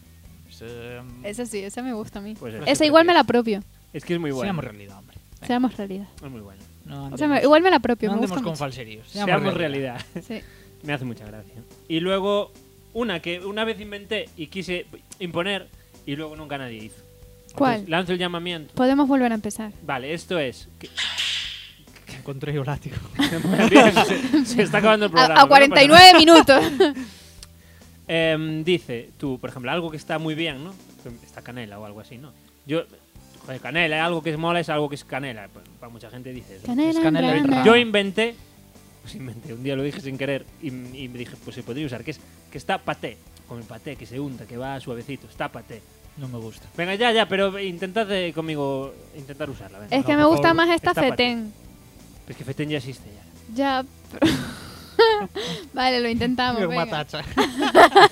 B: Pues, eh,
C: Esa sí, esa me gusta a mí.
A: Pues eso.
C: Esa igual me la apropio.
A: Es que es muy bueno.
B: Seamos realidad, hombre. Venga,
C: Seamos realidad.
A: Es muy bueno.
B: No
C: O
B: andemos,
C: sea, me- igual me la apropio.
B: no
C: me gusta
B: andemos con
C: mucho.
B: falseríos.
A: Seamos, realidad.
C: Sí.
A: me hace mucha gracia. Y luego, una que una vez inventé y quise imponer y luego nunca nadie hizo.
C: ¿Cuál?
A: Entonces, lanzo el llamamiento.
C: Podemos volver a empezar.
A: Vale, esto es. que-
B: Encontré o látigo.
A: Muy bien, se, se está acabando el
C: A-
A: programa.
C: a
A: no pasa nada.
C: 49 minutos.
A: Em, dice, tú, por ejemplo, algo que está muy bien, ¿no? Está canela o algo así, ¿no? Yo, joder, canela, algo que es mola es algo que es canela. Pues, Pa- Para mucha gente dice eso.
C: Canela,
B: Es canela
C: en
B: en
C: grano.
B: rama.
A: Yo inventé, pues inventé, un día lo dije sin querer y, y me dije, pues se podría usar, que es que está paté, con el paté que se unta, que va suavecito, está paté.
B: Non me gusta.
A: Venga, ya, ya, pero intentad eh, conmigo, intentar usarla, venga.
C: Es que
A: No,
C: me
A: por
C: gusta
A: favor.
C: más esta
A: Está paté.
C: fetén.
A: Es que fetén ya existe
C: Ya.
A: ya.
C: vale, lo intentamos.
B: Yo
C: venga.
B: matacha.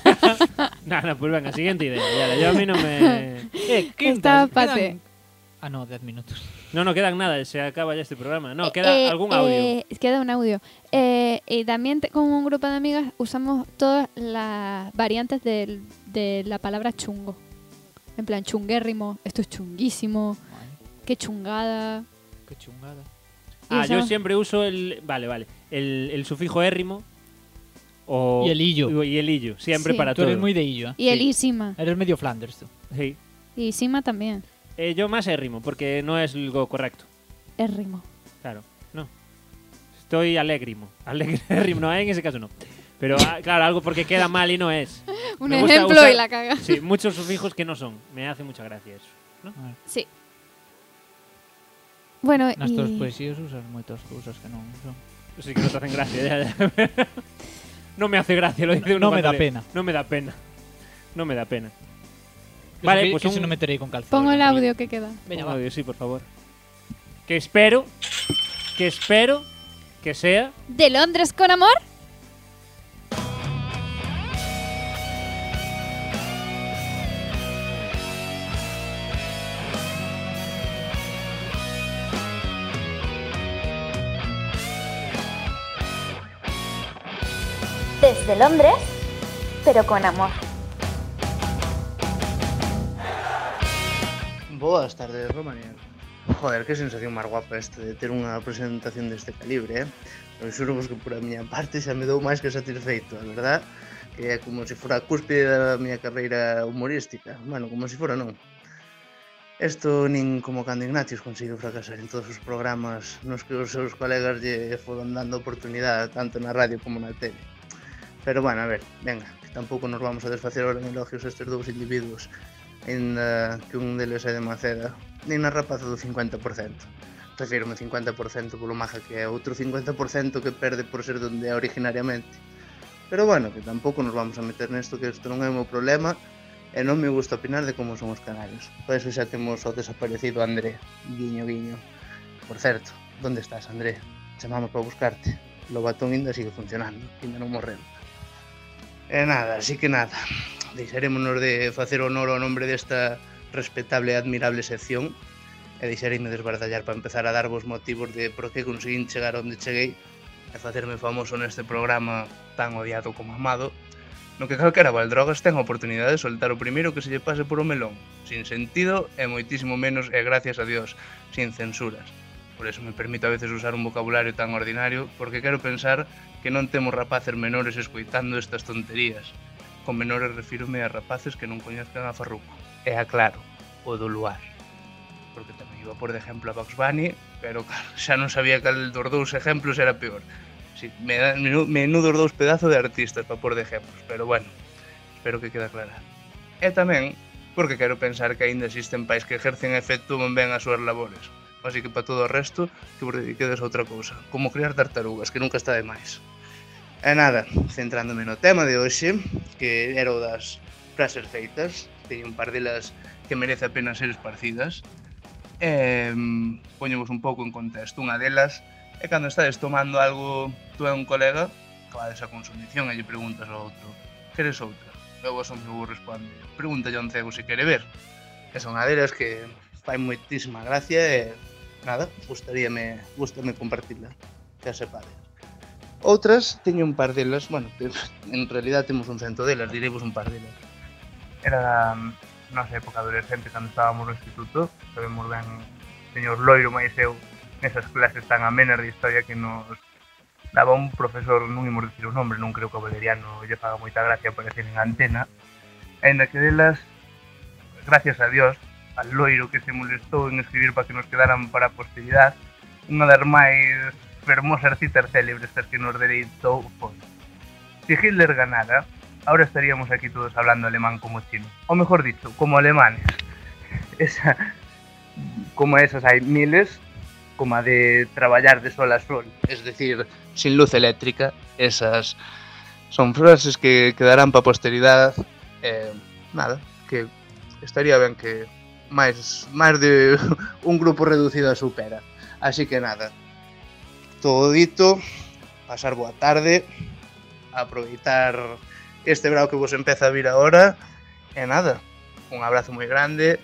A: Nada, pues venga, siguiente idea. Yara, yo a mí no me...
B: Eh,
C: Está
B: quintas,
C: pate.
B: quedan- Ah, no, 10 minutos.
A: No, no quedan nada, se acaba ya este programa. No,
C: Eh,
A: queda
C: eh,
A: algún audio.
C: eh, queda un audio. Eh, y también te- con un grupo de amigas usamos todas las variantes del- de la palabra chungo. En plan, chunguérrimo, esto es chunguísimo,
B: Ay,
C: qué chungada.
B: qué chungada.
C: Y
A: Ah, yo
C: usamos-
A: siempre uso el. Vale, vale. El, el sufijo érrimo. O,
B: Y el illo.
A: Y el illo. Siempre
C: Sí.
A: para
B: Tú
A: todo.
B: eres muy de illo, eh.
C: Y el
A: sí.
C: ísima.
B: Eres medio Flanders tú.
A: Sí.
C: Y ísima también,
A: Eh, yo más érrimo, porque no es lo correcto.
C: érrimo.
A: Claro. No. Estoy alegrimo. Alegrimo. No, en ese caso no. Pero ah, claro, algo porque queda mal y no es.
C: Un
A: Me gusta
C: ejemplo
A: usar-
C: y la caga.
A: Sí, muchos sufijos que no son. Me hace mucha gracia eso.
C: Sí. Bueno,
B: Nas
C: y...
B: tuas poesías usas moitas cousas que non son.
A: Sí, que no te hacen gracia. ya, ya. No me hace gracia, lo dice
B: No
A: uno.
B: me
A: cuando
B: da
A: lee.
B: pena.
A: No me da pena. No me da pena.
B: Eso
A: Vale,
B: que-
A: pues
B: que
A: un-
B: se non me terei con calzón.
C: pongo el audio que queda.
B: Veña,
A: Un
B: va.
A: audio, sí, por favor. Que espero, que espero que sea.
C: ¿De Londres con amor?
E: de Londres, pero con amor.
F: Boas tardes, Romania. Joder, que sensación máis guapa esta de ter unha presentación deste calibre, eh? Pero xuro vos que por a miña parte xa me dou máis que satisfeito, a verdad? Que é como se fora a cúspide da miña carreira humorística. Bueno, como se fora non. Esto nin como cando Ignatius conseguiu fracasar en todos os programas nos que os seus colegas lle foron dando oportunidade tanto na radio como na tele. Pero bueno, a ver, venga, que tampouco nos vamos a desfacer ahora en elogios a estes dous individuos Ainda eh, que un deles é de Maceda Nin a rapaza do 50% Refirme 50% polo maja que é outro 50% que perde por ser donde é originariamente Pero bueno, que tampouco nos vamos a meter nesto Que isto non é o meu problema E non me gusta opinar de como son os canarios Por eso xa temos o desaparecido André Guiño, guiño Por certo, onde estás André? Chamamos para buscarte O batón ainda sigue funcionando, ainda non morreu E nada, así que nada deixarémonos de facer honor ao nombre desta respetable e admirable sección e deixareime desbardallar para empezar a darvos motivos de por que conseguín chegar onde cheguei e facerme famoso neste programa tan odiado como amado no que calquera drogas ten a oportunidade de soltar o primeiro que se lle pase por o melón sin sentido e moitísimo menos e gracias a Dios, sin censuras Por eso me permito a veces usar un vocabulario tan ordinario porque quero pensar que non temos rapaces menores escoitando estas tonterías Con menores refírome a rapaces que non coñezcan a Farruco. E aclaro, o do luar. Porque tamén iba por de exemplo a Bugs Bunny, pero claro, xa non sabía cal dos dous exemplos era peor. Si, me dan menu- menudos dous pedazos de artistas para por de exemplos, pero bueno, espero que queda clara. E tamén, porque quero pensar que aínda existen pais que ejercen efecto ben ben as súas labores. Así que para todo o resto, que vos dediquedes a outra cousa, como criar tartarugas, que nunca está de máis. E nada, centrándome no tema de hoxe, que era o das frases feitas, teño un par delas que merece a pena ser esparcidas. E, mm, poñevos un pouco en contexto. Unha delas é cando estades tomando algo tú e un colega, acabades a consumición e lle preguntas ao outro, queres outra? Logo a son meu responde, pregúntalle a un cego se quere ver. E son a delas que fai moitísima gracia e nada, gustaríame, gustame compartirla, que a sepades. Outras teño un par delas, bueno, te- en realidad temos un cento delas, diremos un par delas. Era mm, nosa época adolescente cando estábamos no instituto, sabemos ben señor Loiro máis eu nesas clases tan amenas de historia que nos daba un profesor, non imos dicir o nombre, non creo que o Valeriano lle faga moita gracia aparecer en antena, aínda que delas, gracias a Dios, al Loiro que se molestou en escribir para que nos quedaran para a posteridade, unha das máis fermosas citas célebres das que nos dereitou foi. Si Hitler ganara, ahora estaríamos aquí todos hablando alemán como chino. O mejor dicho, como alemanes. Esa, como esas hai miles, como a de traballar de sol a sol. Es decir, sin luz eléctrica, esas son frases que quedarán para posteridade. Eh, nada, que estaría ben que máis, máis de un grupo reducido a supera. Así que nada, todo dito, pasar boa tarde, aproveitar este verao que vos empeza a vir ahora, e nada, un abrazo moi grande,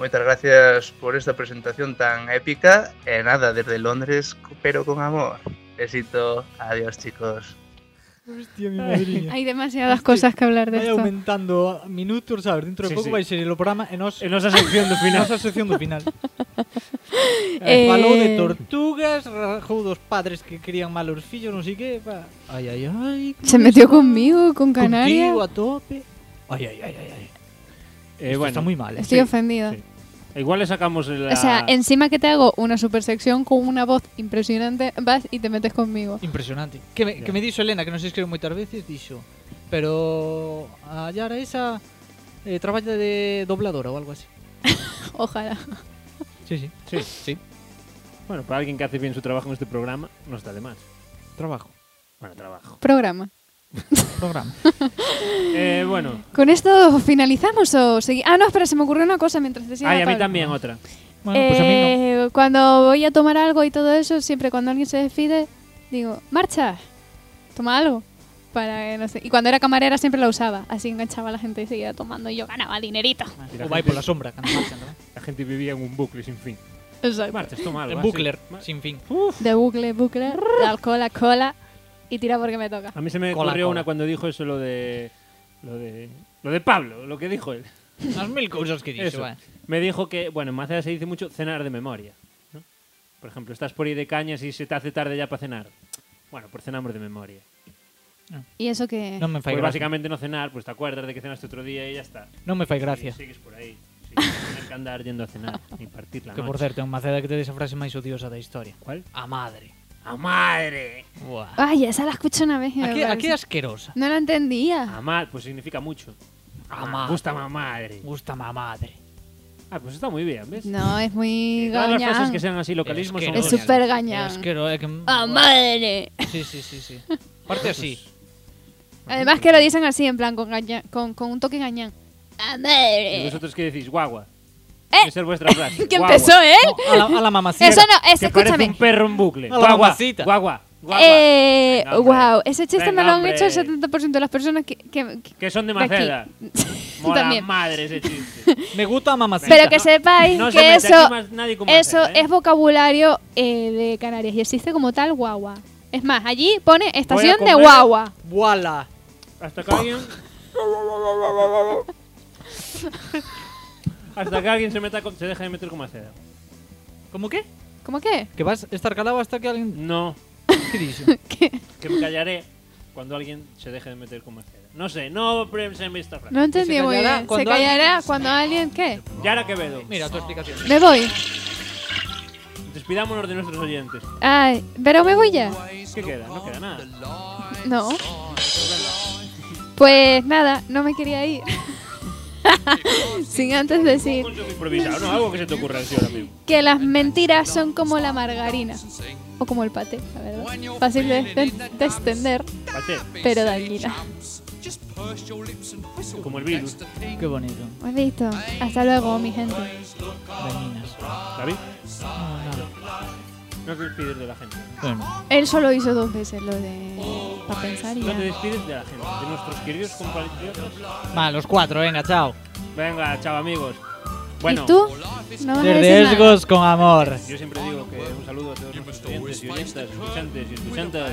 F: moitas gracias por esta presentación tan épica, e nada, desde Londres, pero con amor. Besito, adiós chicos.
G: Hostia, mi madriña.
C: Hay demasiadas
G: Hostia,
C: cosas que hablar de
G: Vai
C: esto.
G: aumentando minutos, sabes? Dentro de
A: Sí,
G: pouco
A: sí.
G: vai ser o programa e nos
A: En nosa sección do final.
G: nosa sección do final. eh...
C: Eh,
G: Falou de tortugas, rajou dos padres que querían mal os fillos, non sei que, pa. Ai, ai, ai. como
C: Se metió
G: está?
C: conmigo, con Canarias.
G: Contigo a tope. Ai, ai, ai, ai. ai.
A: Eh,
G: Isto
A: bueno,
G: está moi mal, eh.
C: Estoy
A: Sí,
C: ofendida.
A: sí. Igual le sacamos la...
C: O sea, encima que te hago una super sección con una voz impresionante, vas y te metes conmigo.
G: Impresionante. Que me, que me dixo Elena, que non se escribe moitas veces, dixo. Pero a Yara esa eh, traballa de dobladora ou algo así.
C: Ojalá.
G: Sí, sí.
A: Sí. Bueno, para alguien que hace bien su trabajo en este programa, no está de más.
G: Trabajo.
A: Bueno, trabajo.
C: Programa.
G: Programa.
A: Eh, bueno.
C: ¿Con esto finalizamos o seguimos? Ah, no, espera, se me ocurrió una cosa mientras decía.
A: Ay, a mí también otra.
G: Bueno, pues a mí
C: Eh.
G: non.
C: Cuando voy a tomar algo y todo eso, siempre cuando alguien se despide, digo, marcha, toma algo. Para que no sé. Y cuando era camarera siempre la usaba, así enganchaba a la gente y seguía tomando y yo ganaba dinerito.
G: O vai pola sombra, cando marchan, tamén.
A: La gente vivía en un bucle sin fin.
C: Exacto.
A: Eh, Martes, toma algo.
B: En
A: va,
B: bucler,
A: sí. Ma-
B: sin fin.
C: De bucle, bucle, de alcohol a cola. y tira porque me toca.
A: A mí se me
H: Cola,
A: ocurrió
H: cola.
A: una cuando dijo eso lo de. Lo de. Lo de Pablo, lo que dijo él.
H: As mil cousas que dixo,
A: Eso.
H: eh.
A: Me dijo que, bueno, en Maceda se dice mucho cenar de memoria. ¿no? Por ejemplo, estás por ahí de cañas y se te hace tarde ya para cenar. Bueno, pues cenamos de memoria.
C: Y eso que...
B: Non me fai
A: Pues
B: gracia.
A: básicamente no cenar, pues te acuerdas de que cenaste otro día y ya está.
B: Non me fai
A: Y
B: gracia.
A: sigues por ahí. sin tener que andar yendo a cenar ni partir la
B: Que por
A: noche.
B: certo, en Maceda que tedes a frase máis odiosa da historia.
A: ¿Cuál?
B: A madre.
A: ¡A madre!
B: Buah.
C: Ay, esa la escuché una vez. y me
B: Aquí,
C: parece-
B: aquí é asquerosa.
C: No la entendía.
A: A madre, pues significa mucho.
H: A
A: Me
H: madre.
A: Gusta ma madre.
B: Gusta má madre.
A: Ah, pues está muy bien, ¿ves?
C: No, es muy
A: Todas las frases
C: gañán.
A: que sean así localismos
H: Es que
A: son
H: no,
C: Es
A: geniales.
C: súper
B: É
C: gañán.
B: asquero, é que...
C: ¡Ah, madre!
B: Sí, sí, sí, sí. Parte así.
C: Además que lo dicen así, en plan, con, gañán- con, con un toque gañán. ¡Ah,
A: ¿Y
C: madre!
A: vosotros qué decís? Guagua.
C: ¿Eh?
A: Esa es vuestra frase.
C: Que
A: guagua.
C: empezó ¿eh? él.
B: No, a la, a la mamacita.
C: Eso no, es,
A: que parece
C: escúchame.
A: un perro en bucle.
B: A la
A: Guagua,
B: mamacita.
A: guagua, guagua.
C: Eh,
A: Venga, hombre.
C: wow, ese chiste
A: Venga,
C: me lo han
A: hombre.
C: hecho el 70% de las personas que, que- que-
A: Que son de
C: de aquí.
A: Maceda. Mola
C: También.
A: madre ese chiste.
B: Me gusta a mamacita.
C: Pero que sepáis
A: No se
C: que
A: mete
C: eso,
A: aquí más nadie con
C: eso
A: Maceda, ¿eh?
C: es vocabulario eh, de Canarias y existe como tal guagua. Es más, allí pone estación de
A: comer-
C: guagua.
B: Wala.
A: Hasta que alguien... Hasta que alguien se, meta con- se deja de meter con Maceda.
B: Como que?
C: ¿Cómo qué?
B: Que vas a estar calado hasta que alguén...
A: No,
B: Que dixo?
A: que me callaré cuando alguien se deje de meter con Maceda. No sé, no prensen esta frase.
C: No entendí
B: se
C: muy
B: callará
C: bien. Se
B: cuando
C: callará cuando alguien qué?
A: Yara Quevedo,
B: Mira, tu explicación.
C: Me voy.
A: despidámonos de nuestros oyentes.
C: Ay, pero me voy ya.
A: ¿Qué queda? No queda nada.
C: No. Pues nada, no me quería ir. Sin antes decir
A: Un consejo improvisado, ¿no? Algo que se te ocurra así ahora mismo.
C: que las mentiras son como la margarina o como el paté, la verdad. Fácil de, de- de extender,
A: Pate,
C: pero dañina.
A: como el virus.
B: Que bonito.
C: Pues listo, hasta luego, mi gente.
B: Dañinas.
A: David,
B: No, nada.
A: no te despides de la gente.
B: Bueno.
C: Él solo hizo dos veces lo de para pensar y
A: No
C: ya.
A: te despides de la gente, de nuestros queridos compatriotas.
B: Va, los cuatro, venga, chao.
A: Venga, chao amigos.
C: ¿Y
A: Bueno,
C: tú? No vas a decir nada.
B: Riesgos con amor.
A: yo siempre digo que un saludo a todos nuestros oyentes y oyentas, escuchantes y escuchantas.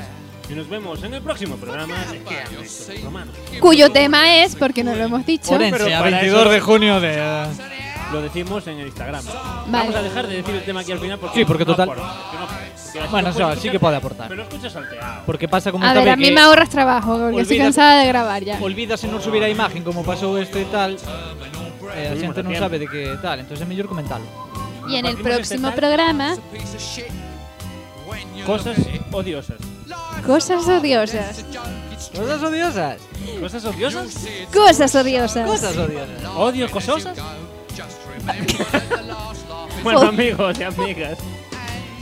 A: Y nos vemos en el próximo programa de ¿Qué han visto los romanos?
C: Cuyo tema es, porque no lo hemos dicho.
B: Orense, a
A: para
B: 22
A: eso-
B: de junio de... eh,
A: Lo decimos en el Instagram. Vamos a
C: Vale.
A: dejar de decir el tema aquí al final porque.
B: Sí, porque
A: no
B: total-
A: aporta, que no aporta, que
B: Bueno,
A: así lo
B: eso
A: puedes
B: sí
A: escuchar,
B: que puede aportar.
A: Pero lo escuchas salteado.
B: Porque pasa como
C: A
B: esta
C: ver,
B: vez
C: a mí
B: que
C: me ahorras trabajo porque estoy
B: Olvídate-
C: cansada de grabar ya.
B: Olvídase non subir a imagen como pasou isto e tal. Eh, a
A: Subimos
B: xente
A: a
B: non
A: tempo.
B: sabe de que tal, entonces é mellor comentalo.
C: Y en el
A: Compartimos este
C: próximo
A: tal-
C: programa,
A: Cosas odiosas.
C: cosas odiosas.
B: Cosas odiosas.
A: ¿Cosas odiosas?
C: Cosas odiosas.
B: Cosas odiosas.
A: ¿Odio cososas? bueno, amigos y amigas.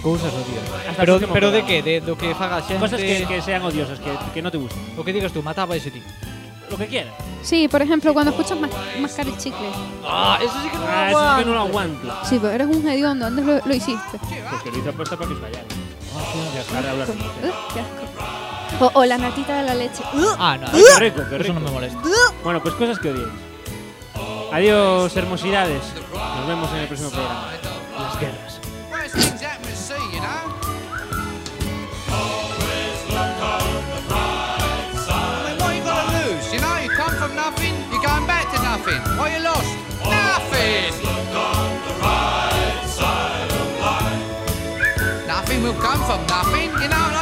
B: Cousas odiosas.
A: Hasta
B: Pero,
A: o próximo
B: pero de
A: programa.
B: que? De, do que faga xente...
A: Cosas que, que sean odiosas, que, que no te gusten.
B: O que digas tú, mataba ese tipo.
A: Lo que quieras.
C: Sí, por ejemplo, cuando escuchas más, más cara y chicle.
B: Ah, eso sí que non
A: Ah, eso sí que no lo aguanto.
C: Sí, pero eres un hediondo, ¿dónde lo, lo hiciste?
A: Porque lo hice apuesta para que os vayáis. Dejar de hablar con
C: Uh,
A: ustedes.
C: qué asco. O, o la natita de la leche. Uh,
B: Ah, no,
A: Ay, qué rico, qué
B: eso
A: rico.
B: non me molesta.
A: Bueno, pues cosas que odiéis. Adiós, hermosidades. Nos vemos en el próximo programa.
B: Las guerras.
I: What you gonna lose? You know, you come from nothing, you're going back to nothing. What you lost? Nothing. Nothing will come from nothing. You know